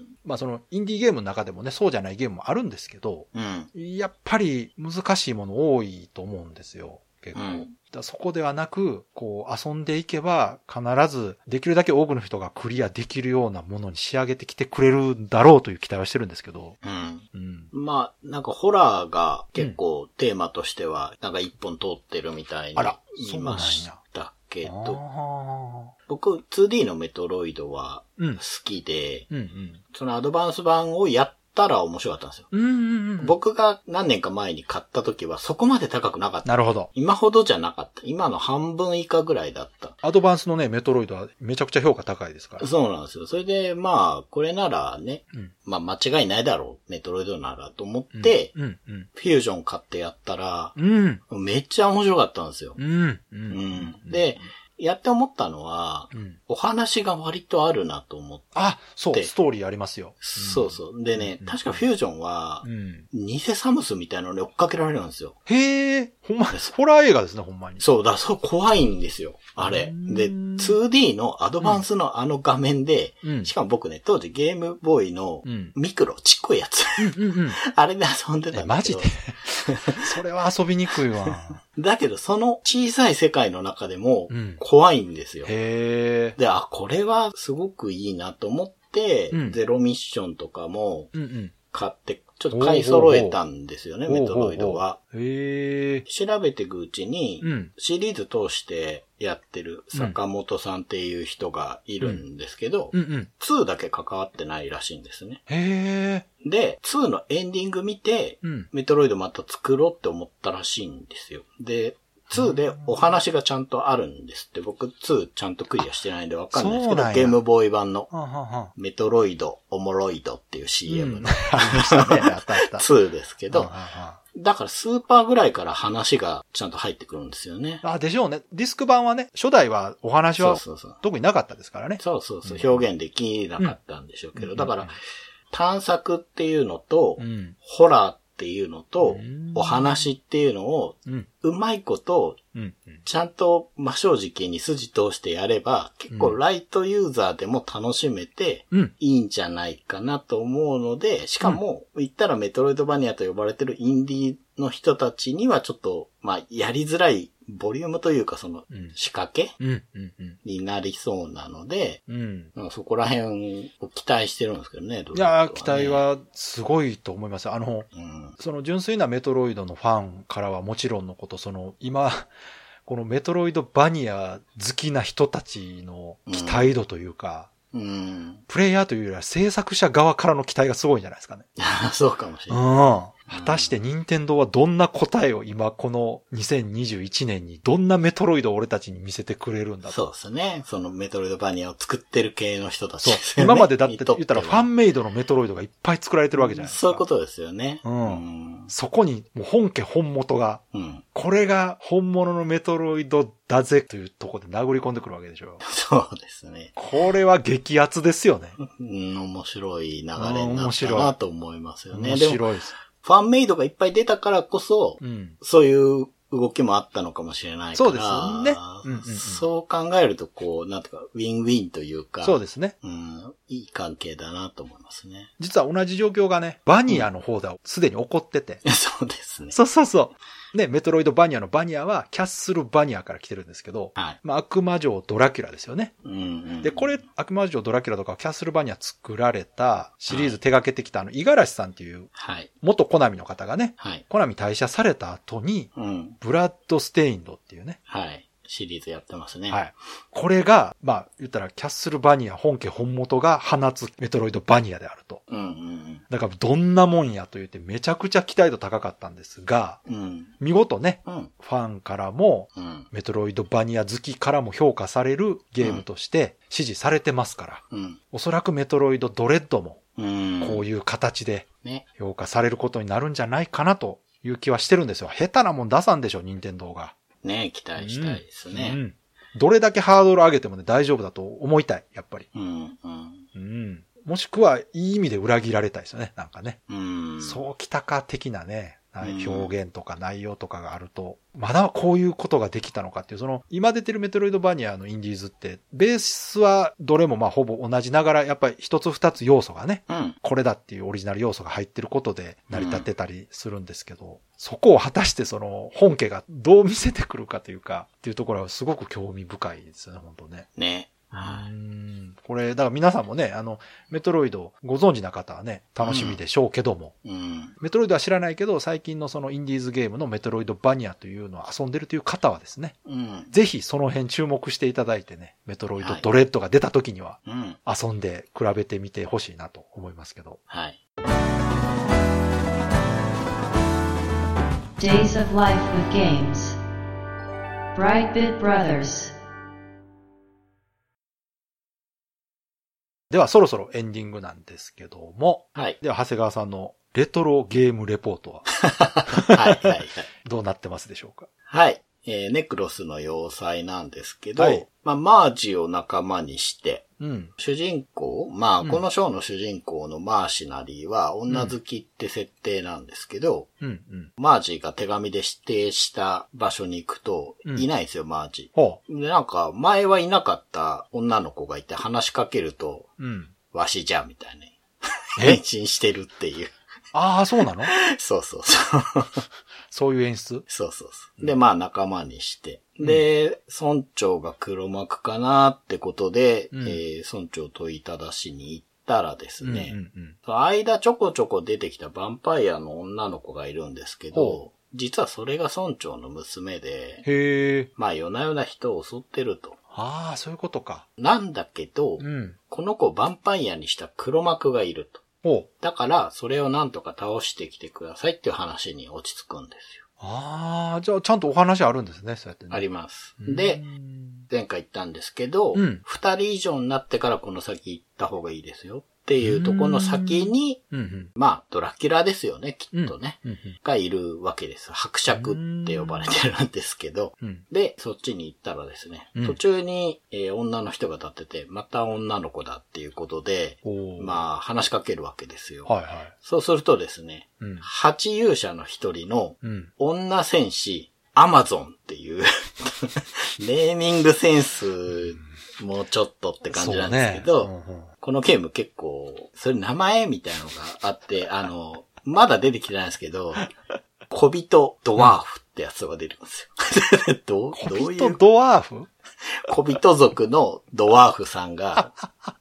[SPEAKER 3] ん。
[SPEAKER 2] まあその、インディーゲームの中でもね、そうじゃないゲームもあるんですけど、
[SPEAKER 3] うん。
[SPEAKER 2] やっぱり難しいもの多いと思うんですよ。結構。
[SPEAKER 3] うん
[SPEAKER 2] だからそこではなく、こう、遊んでいけば、必ず、できるだけ多くの人がクリアできるようなものに仕上げてきてくれるんだろうという期待はしてるんですけど、
[SPEAKER 3] うん。
[SPEAKER 2] うん。
[SPEAKER 3] まあ、なんかホラーが結構テーマとしては、なんか一本通ってるみたいに
[SPEAKER 2] あら
[SPEAKER 3] 言いましたけど、
[SPEAKER 2] あ
[SPEAKER 3] 僕 2D のメトロイドは
[SPEAKER 2] ーうん
[SPEAKER 3] 好。きで、
[SPEAKER 2] うんうん。
[SPEAKER 3] そのアドバンス版をやったら面白かったんですよ。
[SPEAKER 2] うんうんうん。
[SPEAKER 3] 僕が何年か前に買った時はそこまで高くなかった。
[SPEAKER 2] なるほど。
[SPEAKER 3] 今ほどじゃなかった。今の半分以下ぐらいだった。
[SPEAKER 2] アドバンスのね、メトロイドはめちゃくちゃ評価高いですから。
[SPEAKER 3] そうなんですよ。それで、まあ、これならね、
[SPEAKER 2] うん
[SPEAKER 3] まあ間違いないだろう。メトロイドならと思って、
[SPEAKER 2] うんうん。
[SPEAKER 3] フュージョン買ってやったら、
[SPEAKER 2] うん。
[SPEAKER 3] めっちゃ面白かったんですよ。
[SPEAKER 2] うん。う
[SPEAKER 3] うんん。、で、やって思ったのは、
[SPEAKER 2] うん。
[SPEAKER 3] お話が割とあるなと思って。
[SPEAKER 2] あ、そう、
[SPEAKER 3] で
[SPEAKER 2] ストーリーありますよ。
[SPEAKER 3] そうそう。でね
[SPEAKER 2] う、ん
[SPEAKER 3] 確かフュージョンは
[SPEAKER 2] う。う、ん。
[SPEAKER 3] 偽サムスみたいなのに追っかけられるんですよ。
[SPEAKER 2] へえ。ほんま、ホラー映画ですね、ほんまに。
[SPEAKER 3] そうだ、そう怖いんですよ。あれ。で、2D のアドバンスのあの画面で、
[SPEAKER 2] うん
[SPEAKER 3] し。かも僕ね、当時ゲームボーイの
[SPEAKER 2] うん。
[SPEAKER 3] ミクロ、ちっこいやつ。
[SPEAKER 2] うんうんうん。
[SPEAKER 3] あれで遊んでた
[SPEAKER 2] え、
[SPEAKER 3] んだ
[SPEAKER 2] マ
[SPEAKER 3] け
[SPEAKER 2] ジ
[SPEAKER 3] ど。
[SPEAKER 2] で それは遊びにくいわ。
[SPEAKER 3] だけど、その小さい世界の中でも
[SPEAKER 2] うん、
[SPEAKER 3] 怖いんですよ。
[SPEAKER 2] へえ。
[SPEAKER 3] で、あ、これはすごくいいなと思って、
[SPEAKER 2] うん
[SPEAKER 3] ゼロミッションとかも
[SPEAKER 2] うんうん。
[SPEAKER 3] 買って、ちょっと買い揃えたんですよね、
[SPEAKER 2] ほうほ
[SPEAKER 3] メ
[SPEAKER 2] う
[SPEAKER 3] ト
[SPEAKER 2] ほう
[SPEAKER 3] ロイドは。
[SPEAKER 2] へえ。
[SPEAKER 3] 調べていくうちに、
[SPEAKER 2] うん。
[SPEAKER 3] シリーズ通してやってる坂本さんっていう人がいるんですけど、
[SPEAKER 2] うんうん。
[SPEAKER 3] 2だけ関わってないらしいんですね。
[SPEAKER 2] へえ。
[SPEAKER 3] で、2のエンディング見て、
[SPEAKER 2] うん。
[SPEAKER 3] メトロイドまた作ろうって思ったらしいんですよ。で、2でお話がちゃんとあるんですって、僕2ちゃんとクリアしてないんでわかんないです
[SPEAKER 2] そ
[SPEAKER 3] け
[SPEAKER 2] うなん
[SPEAKER 3] ど、
[SPEAKER 2] や
[SPEAKER 3] ゲームボーイ版の
[SPEAKER 2] はんはんはん。
[SPEAKER 3] メトロイド、おもろいどっていう CM
[SPEAKER 2] うん
[SPEAKER 3] の
[SPEAKER 2] ありましたね。あったあ った。
[SPEAKER 3] 2ですけ
[SPEAKER 2] うんう
[SPEAKER 3] ど
[SPEAKER 2] んう、ん
[SPEAKER 3] だからスーパーぐらいから話がちゃんと入ってくるんですよね。
[SPEAKER 2] あ、でしょうね。ディスク版はね、初代はお話
[SPEAKER 3] そう
[SPEAKER 2] は
[SPEAKER 3] そうそう。
[SPEAKER 2] 特になかったですからね。
[SPEAKER 3] そうそうそうう、
[SPEAKER 2] ん
[SPEAKER 3] 表現できなかったんでしょうけど、だか
[SPEAKER 2] うん
[SPEAKER 3] ら探索っていうのと、
[SPEAKER 2] うん。
[SPEAKER 3] ホラーっていうのと
[SPEAKER 2] うん、
[SPEAKER 3] お話っていうのを、
[SPEAKER 2] うん。
[SPEAKER 3] うまいこと、
[SPEAKER 2] うん。うん
[SPEAKER 3] ちゃんと真正直に筋通してやれば、結構ライトユーザーでも楽しめて、
[SPEAKER 2] うん。
[SPEAKER 3] いいんじゃないかなと思うので、しかも、言ったらメトロイドバニアと呼ばれてるインディーの人たちにはちょっと、まあ、やりづらいボリュームというか、その
[SPEAKER 2] うん、
[SPEAKER 3] 仕掛け
[SPEAKER 2] うん。うん。うん
[SPEAKER 3] になりそうなので、
[SPEAKER 2] うん。
[SPEAKER 3] なんかそこら辺を期待してるんですけど
[SPEAKER 2] い
[SPEAKER 3] ね、ドリフト
[SPEAKER 2] や
[SPEAKER 3] は
[SPEAKER 2] ー、
[SPEAKER 3] ね
[SPEAKER 2] 期待。はすごいと思います。あの、
[SPEAKER 3] うん。
[SPEAKER 2] その純粋なメトロイドのファンからはもちろんのこと、その今、 このメトロイドバニア好きな人たちの期待度というか、
[SPEAKER 3] うん。
[SPEAKER 2] プレイヤーというよりは制作者側からの期待がすごいんじゃないですかね。
[SPEAKER 3] そうかもし
[SPEAKER 2] う
[SPEAKER 3] れ
[SPEAKER 2] ん。
[SPEAKER 3] ない。
[SPEAKER 2] 果たして任天堂はどんな答えを今この2021年にどんなメトロイドを俺たちに見せてくれるんだと。
[SPEAKER 3] そうですね。そのメトロイドバニアを作ってる系の人たち
[SPEAKER 2] そう
[SPEAKER 3] ですよね
[SPEAKER 2] 今までだって
[SPEAKER 3] にと
[SPEAKER 2] 言
[SPEAKER 3] は
[SPEAKER 2] ったらファンメイドのメトロイドがいっぱい作られてるわけじゃないですか。
[SPEAKER 3] そういうことですよね。
[SPEAKER 2] うん
[SPEAKER 3] うん
[SPEAKER 2] そこにもう本家本元が
[SPEAKER 3] うん。
[SPEAKER 2] これが本物のメトロイドだぜというところで殴り込んでくるわけでしょ。
[SPEAKER 3] そうですね。
[SPEAKER 2] これは激アツですよね。
[SPEAKER 3] うん、面白い流れに
[SPEAKER 2] うん面
[SPEAKER 3] なった
[SPEAKER 2] 白い
[SPEAKER 3] なと思いますよね。
[SPEAKER 2] 面
[SPEAKER 3] でも、
[SPEAKER 2] 白いです。
[SPEAKER 3] ファンメイドがいっぱい出たからこそ、
[SPEAKER 2] うん。
[SPEAKER 3] そういう動きもあったのかもしれないから。
[SPEAKER 2] そうですよねうんうんうん
[SPEAKER 3] そう考えると、こう、なんていうか、ウィンウィンというか。
[SPEAKER 2] そうですね。
[SPEAKER 3] うん、いい関係だなと思いますね。
[SPEAKER 2] 実は同じ状況がね、バニアの方ではすでに起こってて。
[SPEAKER 3] そうです ね。
[SPEAKER 2] そうそうそう。ね、メトロイドバニアのバニアはキャッスルバニアから来てるんですけど、
[SPEAKER 3] はい。
[SPEAKER 2] まあ、悪魔城ドラキュラですよね。
[SPEAKER 3] うんうん
[SPEAKER 2] で、これ、悪魔城ドラキュラとかキャッスルバニア作られたシリーズ手掛けてきたあの、五十嵐さんっていう
[SPEAKER 3] はい。
[SPEAKER 2] 元コナミの方がね、
[SPEAKER 3] はい。
[SPEAKER 2] コナミ退社された後に、
[SPEAKER 3] うん。
[SPEAKER 2] ブラッドステインドっていうね、
[SPEAKER 3] はい。シリーズやってますね。
[SPEAKER 2] はい。これが、まあ、言ったら、キャッスルバニア本家本元が放つメトロイドバニアであると。
[SPEAKER 3] うんうん
[SPEAKER 2] だから、どんなもんやと言って、めちゃくちゃ期待度高かったんですが、
[SPEAKER 3] うん。うん。
[SPEAKER 2] 見事ね、
[SPEAKER 3] うん。
[SPEAKER 2] ファンからも、
[SPEAKER 3] うん。
[SPEAKER 2] メトロイドバニア好きからも評価されるゲームとして支持されてますから、
[SPEAKER 3] うん。
[SPEAKER 2] おそらくメトロイドドレッドも
[SPEAKER 3] うん。
[SPEAKER 2] こういう形で
[SPEAKER 3] ね。
[SPEAKER 2] 評価されることになるんじゃないかなという気はしてるんですよ。下手なもん出さんでしょ、任天堂が。
[SPEAKER 3] ね、期待したいです
[SPEAKER 2] う
[SPEAKER 3] ね。
[SPEAKER 2] ん。どれだけハードル上げてもね、大丈夫だと思いたい、やっぱり。
[SPEAKER 3] うん。うん。
[SPEAKER 2] うん。もしくは、いい意味で裏切られたいですよね、なんかね。
[SPEAKER 3] うん。
[SPEAKER 2] そうきたか的なね、はい
[SPEAKER 3] うん
[SPEAKER 2] 表現とか内容とかがあると、まだこういうことができたのかっていう、その、今出てるメトロイドバニアのインディーズって、ベースはどれもまあほぼ同じながら、やっぱり一つ二つ要素がね、
[SPEAKER 3] う。うん。
[SPEAKER 2] これだっていうオリジナル要素が入ってることで成り立ってたりするんですけど、そこを果たしてその本家がどう見せてくるかというか、っていうところはすごく興味深いですよね、本当ね。
[SPEAKER 3] ね。
[SPEAKER 2] う
[SPEAKER 3] は
[SPEAKER 2] んこれ、だから皆さんもね、あの、メトロイドご存知な方はね、楽しみでしょうけども、
[SPEAKER 3] い。うん。
[SPEAKER 2] メトロイドは知らないけど、最近のそのインディーズゲームのメトロイドバニアというのを遊んでるという方はですね、
[SPEAKER 3] うん。
[SPEAKER 2] ぜひその辺注目していただいてね、メトロイドドレッドが出た時には
[SPEAKER 3] うん。
[SPEAKER 2] 遊んで比べてみてほしいなと思いますけど。
[SPEAKER 3] はい。
[SPEAKER 1] Days of Life with Games. Brightbit Brothers.
[SPEAKER 2] ではそろそろエンディングなんですけども、
[SPEAKER 3] はい。
[SPEAKER 2] では長谷川さんのレトロゲームレポートは
[SPEAKER 3] はい。はい。はい
[SPEAKER 2] どうなってますでしょうか
[SPEAKER 3] はい。えーネクロスの要塞なんですけど、
[SPEAKER 2] はい
[SPEAKER 3] まあ、マージを仲間にして、
[SPEAKER 2] うん。
[SPEAKER 3] 主人公、まあ、
[SPEAKER 2] うん
[SPEAKER 3] この章の主人公のマーシナリーは女好きって設定なんですけど、
[SPEAKER 2] うん。うん。
[SPEAKER 3] マージが手紙で指定した場所に行くと、
[SPEAKER 2] うん
[SPEAKER 3] いないんですよ、マージ。
[SPEAKER 2] ほ
[SPEAKER 3] で、なんか、前はいなかった女の子がいて話しかけると、
[SPEAKER 2] う。うん。
[SPEAKER 3] わしじゃ、みたいな。変
[SPEAKER 2] え
[SPEAKER 3] 身してるっていう。
[SPEAKER 2] ああ、そうなの
[SPEAKER 3] そうそうそう。
[SPEAKER 2] そういう演出
[SPEAKER 3] そうそうそう。で、まあ仲間にして。で、村長が黒幕かなってことで、
[SPEAKER 2] うん
[SPEAKER 3] えー村長問いただしに行ったらですね、
[SPEAKER 2] うんうんうん。
[SPEAKER 3] 間ちょこちょこ出てきたヴァンパイアの女の子がいるんですけど
[SPEAKER 2] ほ、
[SPEAKER 3] 実はそれが村長の娘で、
[SPEAKER 2] へえ。
[SPEAKER 3] まあ夜な夜な人を襲ってると。
[SPEAKER 2] ああ、そういうことか。
[SPEAKER 3] なんだけど、
[SPEAKER 2] うん。
[SPEAKER 3] この子をヴァンパイアにした黒幕がいると。
[SPEAKER 2] ほう。
[SPEAKER 3] だから、それをなんとか倒してきてくださいっていう話に落ち着くんですよ。
[SPEAKER 2] ああ、じゃあちゃんとお話あるんですね、そうやってね。
[SPEAKER 3] あります。
[SPEAKER 2] うん
[SPEAKER 3] で、、前回言ったんですけど、
[SPEAKER 2] うん
[SPEAKER 3] 二人以上になってからこの先行った方がいいですよっていうところの先に、
[SPEAKER 2] うんうん。
[SPEAKER 3] まあ、ドラキュラですよね、きっとね。
[SPEAKER 2] うんうん
[SPEAKER 3] がいるわけです。伯爵って呼ばれてるんですけど。
[SPEAKER 2] うん。
[SPEAKER 3] で、そっちに行ったらですね、
[SPEAKER 2] うん
[SPEAKER 3] 途中に、えー女の人が立ってて、また女の子だっていうことで、
[SPEAKER 2] おー
[SPEAKER 3] まあ、話しかけるわけですよ。
[SPEAKER 2] はいはい。
[SPEAKER 3] そうするとですね、
[SPEAKER 2] うん。
[SPEAKER 3] 八勇者の一人の
[SPEAKER 2] うん。
[SPEAKER 3] 女戦士、アマゾンっていう、 ネーミングセンスもちょっとって感じなんですけど、
[SPEAKER 2] そうねうんうん
[SPEAKER 3] このゲーム結構、それ名前みたいなのがあって、 あの、まだ出てきてないんですけど、小人ドワーフってやつが出てくるんですよ。 どう、ど
[SPEAKER 2] 小
[SPEAKER 3] うい
[SPEAKER 2] 人
[SPEAKER 3] う、
[SPEAKER 2] ドワーフ
[SPEAKER 3] 小人族のドワーフさんが、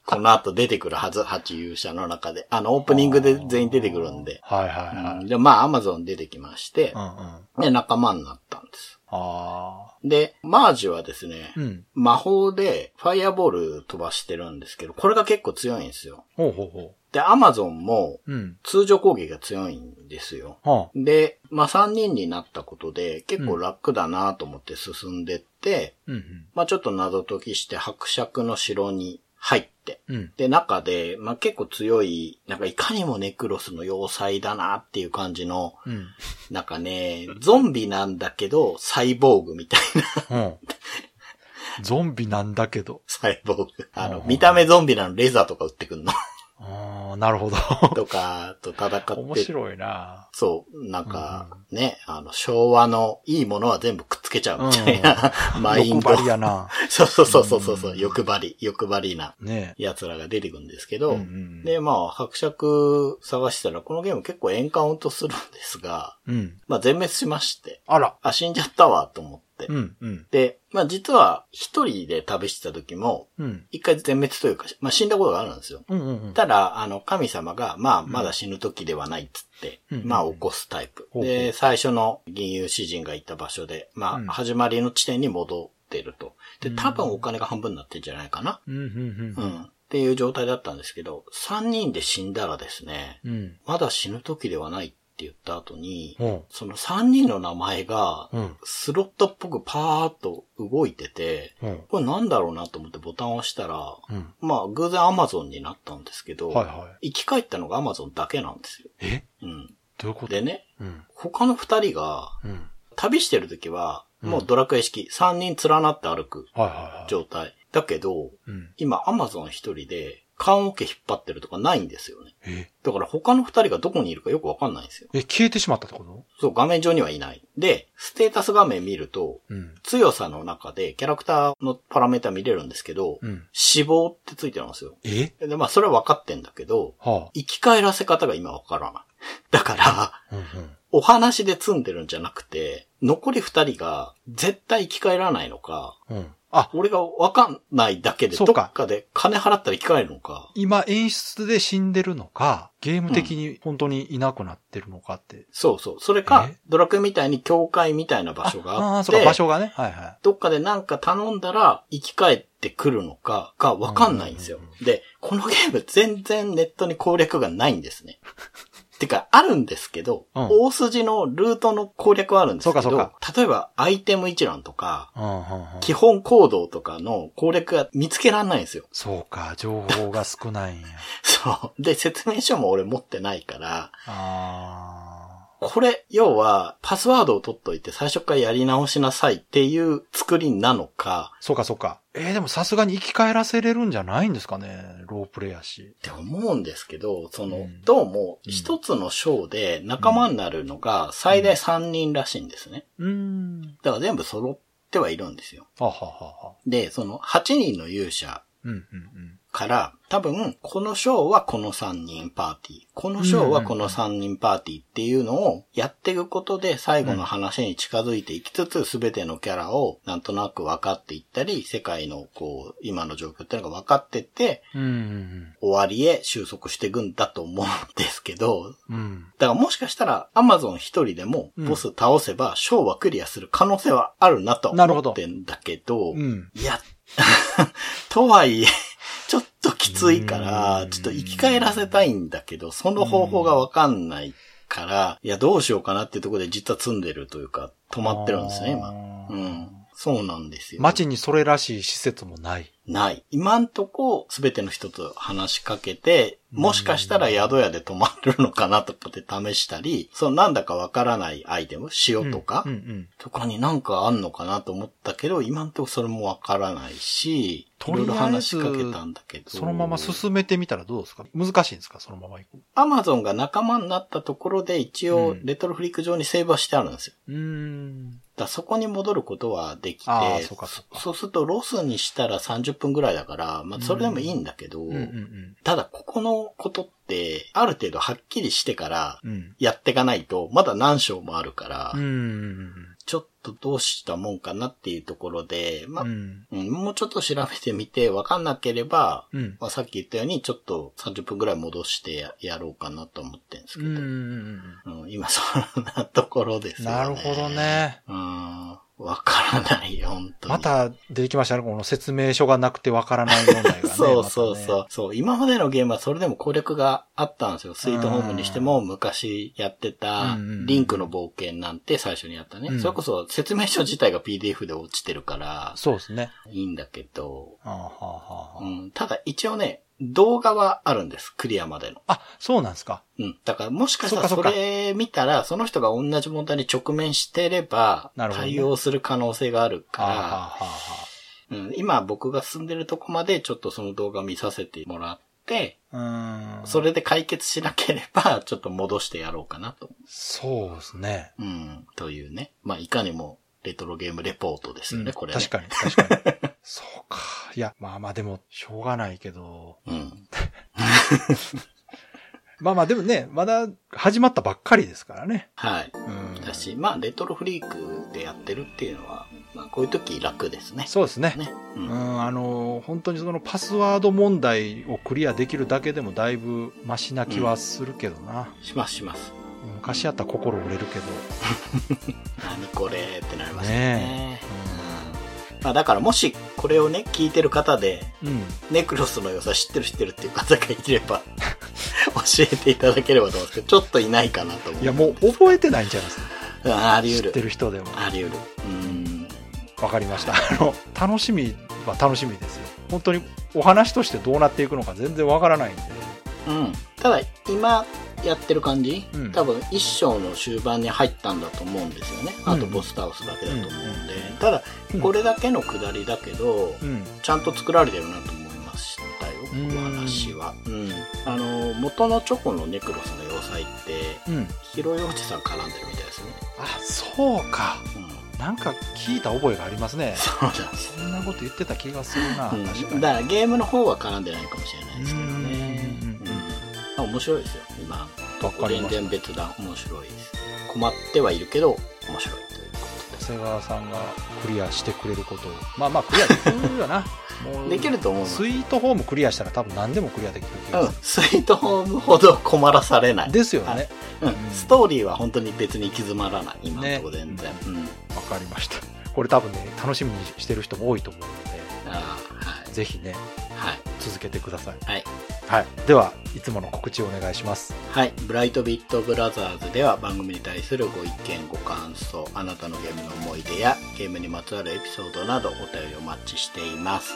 [SPEAKER 3] この後出てくるはず、八勇者の中で。あの、オープニングで全員出てくるんで。
[SPEAKER 2] はいはいは
[SPEAKER 3] う
[SPEAKER 2] い。
[SPEAKER 3] んで、まあ、アマゾン出てきまして
[SPEAKER 2] うんうん。、あ
[SPEAKER 3] で、仲間になったんです。
[SPEAKER 2] あ
[SPEAKER 3] で、マージはですね、
[SPEAKER 2] ー。うん。
[SPEAKER 3] 魔法でファイアボール飛ばしてるんですけど、これが結構強いんですよ。
[SPEAKER 2] ほうほうほ
[SPEAKER 3] で、アマゾンも
[SPEAKER 2] う。うん。
[SPEAKER 3] 通常攻撃が強いんですよ。
[SPEAKER 2] はあ。
[SPEAKER 3] で、まあ、3人になったことで、結構楽だなと思って進んでって、
[SPEAKER 2] うんうん。
[SPEAKER 3] まあ、ちょっと謎解きして伯爵の城に入って、
[SPEAKER 2] うん。
[SPEAKER 3] で、中で、まあ、結構強い、なんかいかにもネクロスの要塞だなっていう感じの、
[SPEAKER 2] うん。
[SPEAKER 3] なんかね、ゾンビなんだけど、サイボーグみたいな
[SPEAKER 2] う ん。ゾンビなんだけど。
[SPEAKER 3] サイボーグ。あの、
[SPEAKER 2] うん
[SPEAKER 3] 見た目ゾンビなのレーザーとか撃ってくんの
[SPEAKER 2] ああ、なるほど。
[SPEAKER 3] とか、と戦っ
[SPEAKER 2] 面
[SPEAKER 3] て、
[SPEAKER 2] 白いな。
[SPEAKER 3] そう、なんか、ね、あの、昭和のいいものは全部くっつけちゃうみたいな、 マイン
[SPEAKER 2] 欲
[SPEAKER 3] ド。
[SPEAKER 2] 張りやな。
[SPEAKER 3] そうそうそうそうそうそう、
[SPEAKER 2] うん
[SPEAKER 3] 欲張り、欲張りな
[SPEAKER 2] ね
[SPEAKER 3] 奴らが出てくるんですけ
[SPEAKER 2] え。う
[SPEAKER 3] ど、
[SPEAKER 2] んうん
[SPEAKER 3] で、まあ、伯爵探してたら、このゲーム結構エンカウントするんですが、
[SPEAKER 2] うん。
[SPEAKER 3] まあ、全滅しまして、
[SPEAKER 2] あら。
[SPEAKER 3] あ、死んじゃったわ、と思って。
[SPEAKER 2] うんうん。
[SPEAKER 3] で、まあ、実は、一人で旅してた時も、
[SPEAKER 2] うん。
[SPEAKER 3] 一回全滅というか、まあ、死んだことがあるんですよ。
[SPEAKER 2] うんうんうん。
[SPEAKER 3] ただ、あの、神様が、まあ、まだ死ぬ時ではないっつって、
[SPEAKER 2] うん
[SPEAKER 3] まあ、起こすタイプ。
[SPEAKER 2] ほうほう
[SPEAKER 3] で、最初の銀融詩人がいた場所で、まあ、
[SPEAKER 2] うん
[SPEAKER 3] 始まりの地点に戻ってると。で、
[SPEAKER 2] うん
[SPEAKER 3] 多分お金が半分になってんじゃないかな。
[SPEAKER 2] うんうん
[SPEAKER 3] うん。っていう状態だったんですけど、3人で死んだらですね、
[SPEAKER 2] うん。うん。
[SPEAKER 3] まだ死ぬ時ではないって言った後に、
[SPEAKER 2] ほ
[SPEAKER 3] その3人の名前が
[SPEAKER 2] う。、うん。
[SPEAKER 3] スロットっぽくパーっと動いてて、
[SPEAKER 2] ほう。
[SPEAKER 3] これなんだろうなと思ってボタンを押したら、
[SPEAKER 2] うん。
[SPEAKER 3] まあ、偶然 Amazon になったんですけど、
[SPEAKER 2] はいは
[SPEAKER 3] 生き返ったのが Amazon だけなんですよ。
[SPEAKER 2] い。え
[SPEAKER 3] うん。
[SPEAKER 2] どういうこと
[SPEAKER 3] でね、
[SPEAKER 2] うん。
[SPEAKER 3] 他の二人が、
[SPEAKER 2] うん。
[SPEAKER 3] 旅してる時は、
[SPEAKER 2] うん
[SPEAKER 3] もうドラクエ式、三人連なって歩く
[SPEAKER 2] はいはいはい。
[SPEAKER 3] 状態。だけど、
[SPEAKER 2] うん。
[SPEAKER 3] 今 Amazon 一人で、缶オケ引っ張ってるとかないんですよね。
[SPEAKER 2] え
[SPEAKER 3] だから他の二人がどこにいるかよくわかんないんですよ。
[SPEAKER 2] え、消えてしまったってこと
[SPEAKER 3] そう、画面上にはいない。で、ステータス画面見ると、
[SPEAKER 2] うん。
[SPEAKER 3] 強さの中でキャラクターのパラメータ見れるんですけど、
[SPEAKER 2] うん。
[SPEAKER 3] 死亡ってついてるんですよ。
[SPEAKER 2] え
[SPEAKER 3] で、まあそれは分かってんだけど、
[SPEAKER 2] は
[SPEAKER 3] 生き返らせ方が今わからない。 だから、
[SPEAKER 2] あ。うんうん。
[SPEAKER 3] お話で積んでるんじゃなくて、残り二人が絶対生き返らないのか、
[SPEAKER 2] うん。あ、
[SPEAKER 3] 俺がわかんないだけで、
[SPEAKER 2] そう
[SPEAKER 3] どっ
[SPEAKER 2] か
[SPEAKER 3] かで金払ったら生き返るのか、
[SPEAKER 2] 今演出で死んでるのか、ゲーム的に本当にいなくなってるのかって。
[SPEAKER 3] そうそう。それか
[SPEAKER 2] え、
[SPEAKER 3] ドラクエみたいに教会みたいな場所が
[SPEAKER 2] ああ
[SPEAKER 3] あ
[SPEAKER 2] ー、
[SPEAKER 3] っ
[SPEAKER 2] そう
[SPEAKER 3] て
[SPEAKER 2] か、、場所がね。はいは
[SPEAKER 3] どっかでなんか頼んだら生き返ってくるのかがわかんないんですよ
[SPEAKER 2] うんうんうん。
[SPEAKER 3] で、このゲーム全然ネットに攻略がない んですね。てか、あるんですけど、
[SPEAKER 2] うん
[SPEAKER 3] 大筋のルートの攻略はあるんですけ
[SPEAKER 2] そう
[SPEAKER 3] ど
[SPEAKER 2] か、
[SPEAKER 3] 例えばアイテム一覧とか、
[SPEAKER 2] い。うんうんうん。
[SPEAKER 3] 基本行動とかの攻略が見つけらんないんですよ。
[SPEAKER 2] そうか、情報が少ないんや。
[SPEAKER 3] そう。で、説明書も俺持ってないから、
[SPEAKER 2] あ
[SPEAKER 3] これ、要は、パスワードを取っといて最初からやり直しなさいっていう作りなのか、
[SPEAKER 2] そうかそうか。えー、でもさすがに生き返らせれるんじゃないんですかね。ロープレイやし。
[SPEAKER 3] って思うんですけど、その、
[SPEAKER 2] うん
[SPEAKER 3] どうも、一つのショーで仲間になるのが最大3人らしいんですね。
[SPEAKER 2] うーん。
[SPEAKER 3] だから全部揃ってはいるんですよ。
[SPEAKER 2] あははは。
[SPEAKER 3] で、その8人の勇者
[SPEAKER 2] うんうんうん。
[SPEAKER 3] から、多分、このショーはこの3人パーティー、このショーはこの3人パーティーっていうのをやっていくことで最後の話に近づいていきつつ、すべてのキャラをなんとなく分かっていったり、世界のこう、今の状況っていうのが分かってって、
[SPEAKER 2] うんうん
[SPEAKER 3] 終わりへ収束していくんだと思うんですけど、
[SPEAKER 2] うん。うん。
[SPEAKER 3] だからもしかしたら、アマゾン一人でも、
[SPEAKER 2] うん
[SPEAKER 3] ボス倒せば、ショーはクリアする可能性はあるなと
[SPEAKER 2] なるほ
[SPEAKER 3] 思
[SPEAKER 2] ど
[SPEAKER 3] ってんだけど、
[SPEAKER 2] うん。
[SPEAKER 3] いや、 とはいえ、ちょっときついか
[SPEAKER 2] う
[SPEAKER 3] ら
[SPEAKER 2] ん、
[SPEAKER 3] ちょっと生き返らせたいんだけど、その方法がわかんないから、いや、どうしようかなっていうところで実は積んでるというか、止まってるんですね、今。う
[SPEAKER 2] 今
[SPEAKER 3] ん。そうなんですよ。
[SPEAKER 2] 街にそれらしい施設もない。
[SPEAKER 3] ない。今んとこ、すべての人と話しかけて、もしかしたら宿屋で泊まるのかなとかって試したり、そのなんだかわからないアイテム、塩とか、
[SPEAKER 2] うんうんうん。
[SPEAKER 3] とかになんかあんのかなと思ったけど、今んとこそれもわからないし、
[SPEAKER 2] とりあえず
[SPEAKER 3] いろいろ話しかけたんだけど。
[SPEAKER 2] そのまま進めてみたらどうですか難しいんですかそのまま行く。
[SPEAKER 3] アマゾンが仲間になったところで一応
[SPEAKER 2] うん
[SPEAKER 3] レトロフリック上にセーバーしてあるんですよ。
[SPEAKER 2] うーん。
[SPEAKER 3] だからそこに戻ることはできて
[SPEAKER 2] あーそうかそうか
[SPEAKER 3] そうするとロスにしたら30分ぐらいだから、まあそれでもいいんだけど、
[SPEAKER 2] うんうん
[SPEAKER 3] ただここのことってある程度はっきりしてから
[SPEAKER 2] うん。うん。
[SPEAKER 3] やっていかないとまだ何章もあるから、
[SPEAKER 2] うんうん
[SPEAKER 3] ちょっとどうしたもんかなっていうところで、ま
[SPEAKER 2] う
[SPEAKER 3] あ
[SPEAKER 2] ん。うん。
[SPEAKER 3] うん、もうちょっと調べてみて、わかんなければ、
[SPEAKER 2] うん。
[SPEAKER 3] まあ、さっき言ったように、ちょっと30分ぐらい戻してややろうかなと思ってるんです
[SPEAKER 2] う
[SPEAKER 3] けど、
[SPEAKER 2] んう
[SPEAKER 3] うん
[SPEAKER 2] ん
[SPEAKER 3] 今そんなところで
[SPEAKER 2] う
[SPEAKER 3] す
[SPEAKER 2] ん。
[SPEAKER 3] よね。
[SPEAKER 2] なるほど。ね。
[SPEAKER 3] うん、わからないよ、本当に。
[SPEAKER 2] また出てきましたね。この説明書がなくてわからない問 題がね。
[SPEAKER 3] そうそうそう、
[SPEAKER 2] ま
[SPEAKER 3] そう。今までのゲームはそれでも攻略があったんですよ。スイートホームにしても昔やってた
[SPEAKER 2] うんうんうん
[SPEAKER 3] リンクの冒険なんて最初にやったね。
[SPEAKER 2] うん
[SPEAKER 3] それこそ説明書自体が PDF で落ちてるから
[SPEAKER 2] たね。、そうですね。
[SPEAKER 3] いいんだけど、
[SPEAKER 2] あーはーはー
[SPEAKER 3] う
[SPEAKER 2] はー
[SPEAKER 3] ん、ただ一応ね、動画はあるんです。クリアまでの。
[SPEAKER 2] あ、そうなんですか。
[SPEAKER 3] うん。だからもしかしたら
[SPEAKER 2] そ
[SPEAKER 3] そ
[SPEAKER 2] っかそっか
[SPEAKER 3] れ見たら、その人が同じ問題に直面してれば、
[SPEAKER 2] なるほどね
[SPEAKER 3] 対応する可能性がある
[SPEAKER 2] あーは
[SPEAKER 3] か
[SPEAKER 2] ーはーはー
[SPEAKER 3] ら、うん、今僕が進んでるとこまでちょっとその動画見させてもらって、
[SPEAKER 2] うーん。
[SPEAKER 3] それで解決しなければ、ちょっと戻してやろうかなと。
[SPEAKER 2] そうですね。
[SPEAKER 3] うん。というね。まあ、いかにもレトロゲームレポートですよね、
[SPEAKER 2] うん
[SPEAKER 3] これ、ね。
[SPEAKER 2] 確かに、確か に。そうか。いや、まあまあでも、しょうがないけど。
[SPEAKER 3] に。うん。
[SPEAKER 2] まあまあでもね、まだ始まったばっかりですからね。
[SPEAKER 3] はい。
[SPEAKER 2] うん。
[SPEAKER 3] だし、まあ、レトロフリークでやってるっていうのは、まあ、こういう時楽ですね。
[SPEAKER 2] そうですね。
[SPEAKER 3] ね。う。
[SPEAKER 2] うんん、あの、本当にそのパスワード問題をクリアできるだけでもだいぶマシな気はするけどな。
[SPEAKER 3] します します。
[SPEAKER 2] 昔やったら心折れるけど。
[SPEAKER 3] 何これってなりますよね。
[SPEAKER 2] ね
[SPEAKER 3] うんまあ、だからもしこれをね、聞いてる方で、
[SPEAKER 2] うん。
[SPEAKER 3] ネクロスの良さ知ってる知ってるっていう方がい れば、教えていただければと思うんですけど、ちょっといないかなと思う。
[SPEAKER 2] いや、もう覚えてないんちゃいます
[SPEAKER 3] うん、あり
[SPEAKER 2] 知っ
[SPEAKER 3] 得
[SPEAKER 2] て
[SPEAKER 3] る。
[SPEAKER 2] る人でも。
[SPEAKER 3] あり得る。うん。
[SPEAKER 2] わかりました。あの、楽しみは楽しみですよ。本当にお話としてどうなっていくのか全然わからないんで。
[SPEAKER 3] うん、ただ今やってる感じ、
[SPEAKER 2] うん
[SPEAKER 3] 多分一章の終盤に入ったんだと思うんですよねあとボス倒すだけだと思うんで、ただ
[SPEAKER 2] うん
[SPEAKER 3] これだけの下りだけど、
[SPEAKER 2] うん。
[SPEAKER 3] ちゃんと作られてるなと思いましたよ
[SPEAKER 2] うん
[SPEAKER 3] この話は、うん、あの元のチョコのネクロスの要塞って
[SPEAKER 2] うん。
[SPEAKER 3] ヒロイおじさん絡んでるみたいですね、
[SPEAKER 2] あ、そうか。
[SPEAKER 3] うん、
[SPEAKER 2] なんか聞いた覚えがありますね。
[SPEAKER 3] そうなんです
[SPEAKER 2] そんなこと言ってた気がするな。
[SPEAKER 3] うん
[SPEAKER 2] 確かに。
[SPEAKER 3] だからゲームの方は絡んでないかもしれないですけどね
[SPEAKER 2] うんうん
[SPEAKER 3] うん面白いですよ今
[SPEAKER 2] わかり
[SPEAKER 3] 全
[SPEAKER 2] ました
[SPEAKER 3] 然別段面白いです困ってはいるけど面白いということです
[SPEAKER 2] 長谷川さんがクリアしてくれることをまあまあクリアできるよ なもう
[SPEAKER 3] できると思う
[SPEAKER 2] スイートホームクリアしたら多分何でもクリアできる気
[SPEAKER 3] う
[SPEAKER 2] が
[SPEAKER 3] ん
[SPEAKER 2] する、
[SPEAKER 3] スイートホームほど困らされない、
[SPEAKER 2] ですよ
[SPEAKER 3] は
[SPEAKER 2] ね
[SPEAKER 3] いうん、ストーリーは本当に別に行き詰まらない今のところ全然、
[SPEAKER 2] ね
[SPEAKER 3] うん
[SPEAKER 2] わ、かりましたこれ多分ね楽しみにしてる人も多いと思うので
[SPEAKER 3] あ
[SPEAKER 2] ぜひね
[SPEAKER 3] ーはい
[SPEAKER 2] 続けてください
[SPEAKER 3] はい、
[SPEAKER 2] はい、ではいつもの告知をお願いします
[SPEAKER 3] はいはい、ブライトビットブラザーズでは番組に対するご意見ご感想あなたのゲームの思い出やゲームにまつわるエピソードなどお便りをお待ちしています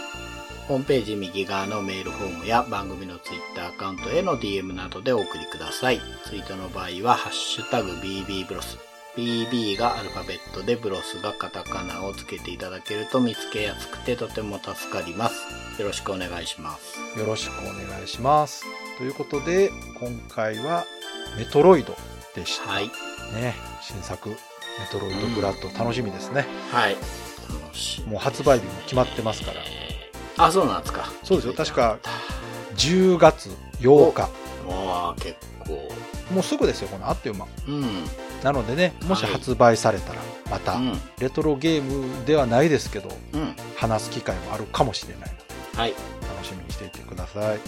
[SPEAKER 3] ホームページ右側のメールフォームや番組のツイッターアカウントへの DM などでお送りください。ツイートの場合は、ハッシュタグ BB ブロス。BB がアルファベットでブロスがカタカナをつけていただけると見つけやすくてとても助かります。よろしくお願いします。
[SPEAKER 2] よろしくお願いします。ということで、今回はメトロイドでした。
[SPEAKER 3] はい。
[SPEAKER 2] ね、新作、メトロイドブラッド、楽しみですね。
[SPEAKER 3] はい。楽しみ
[SPEAKER 2] もう発売日も決まってますから。
[SPEAKER 3] あ、そうなんですか。
[SPEAKER 2] そうですよ、確か10月8日。
[SPEAKER 3] わあ、結構。
[SPEAKER 2] もうすぐですよ、このあっという間。
[SPEAKER 3] うん。
[SPEAKER 2] なのでね、もし
[SPEAKER 3] はい
[SPEAKER 2] 発売されたら、また、
[SPEAKER 3] うん。
[SPEAKER 2] レトロゲームではないですけど、
[SPEAKER 3] うん。
[SPEAKER 2] 話す機会もあるかもしれない。
[SPEAKER 3] はい。
[SPEAKER 2] 楽しみにしていてください。
[SPEAKER 3] はい。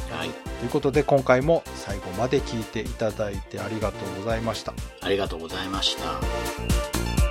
[SPEAKER 2] ということで、今回も最後まで聞いていただいてありがとうございました。
[SPEAKER 3] ありがとうございました。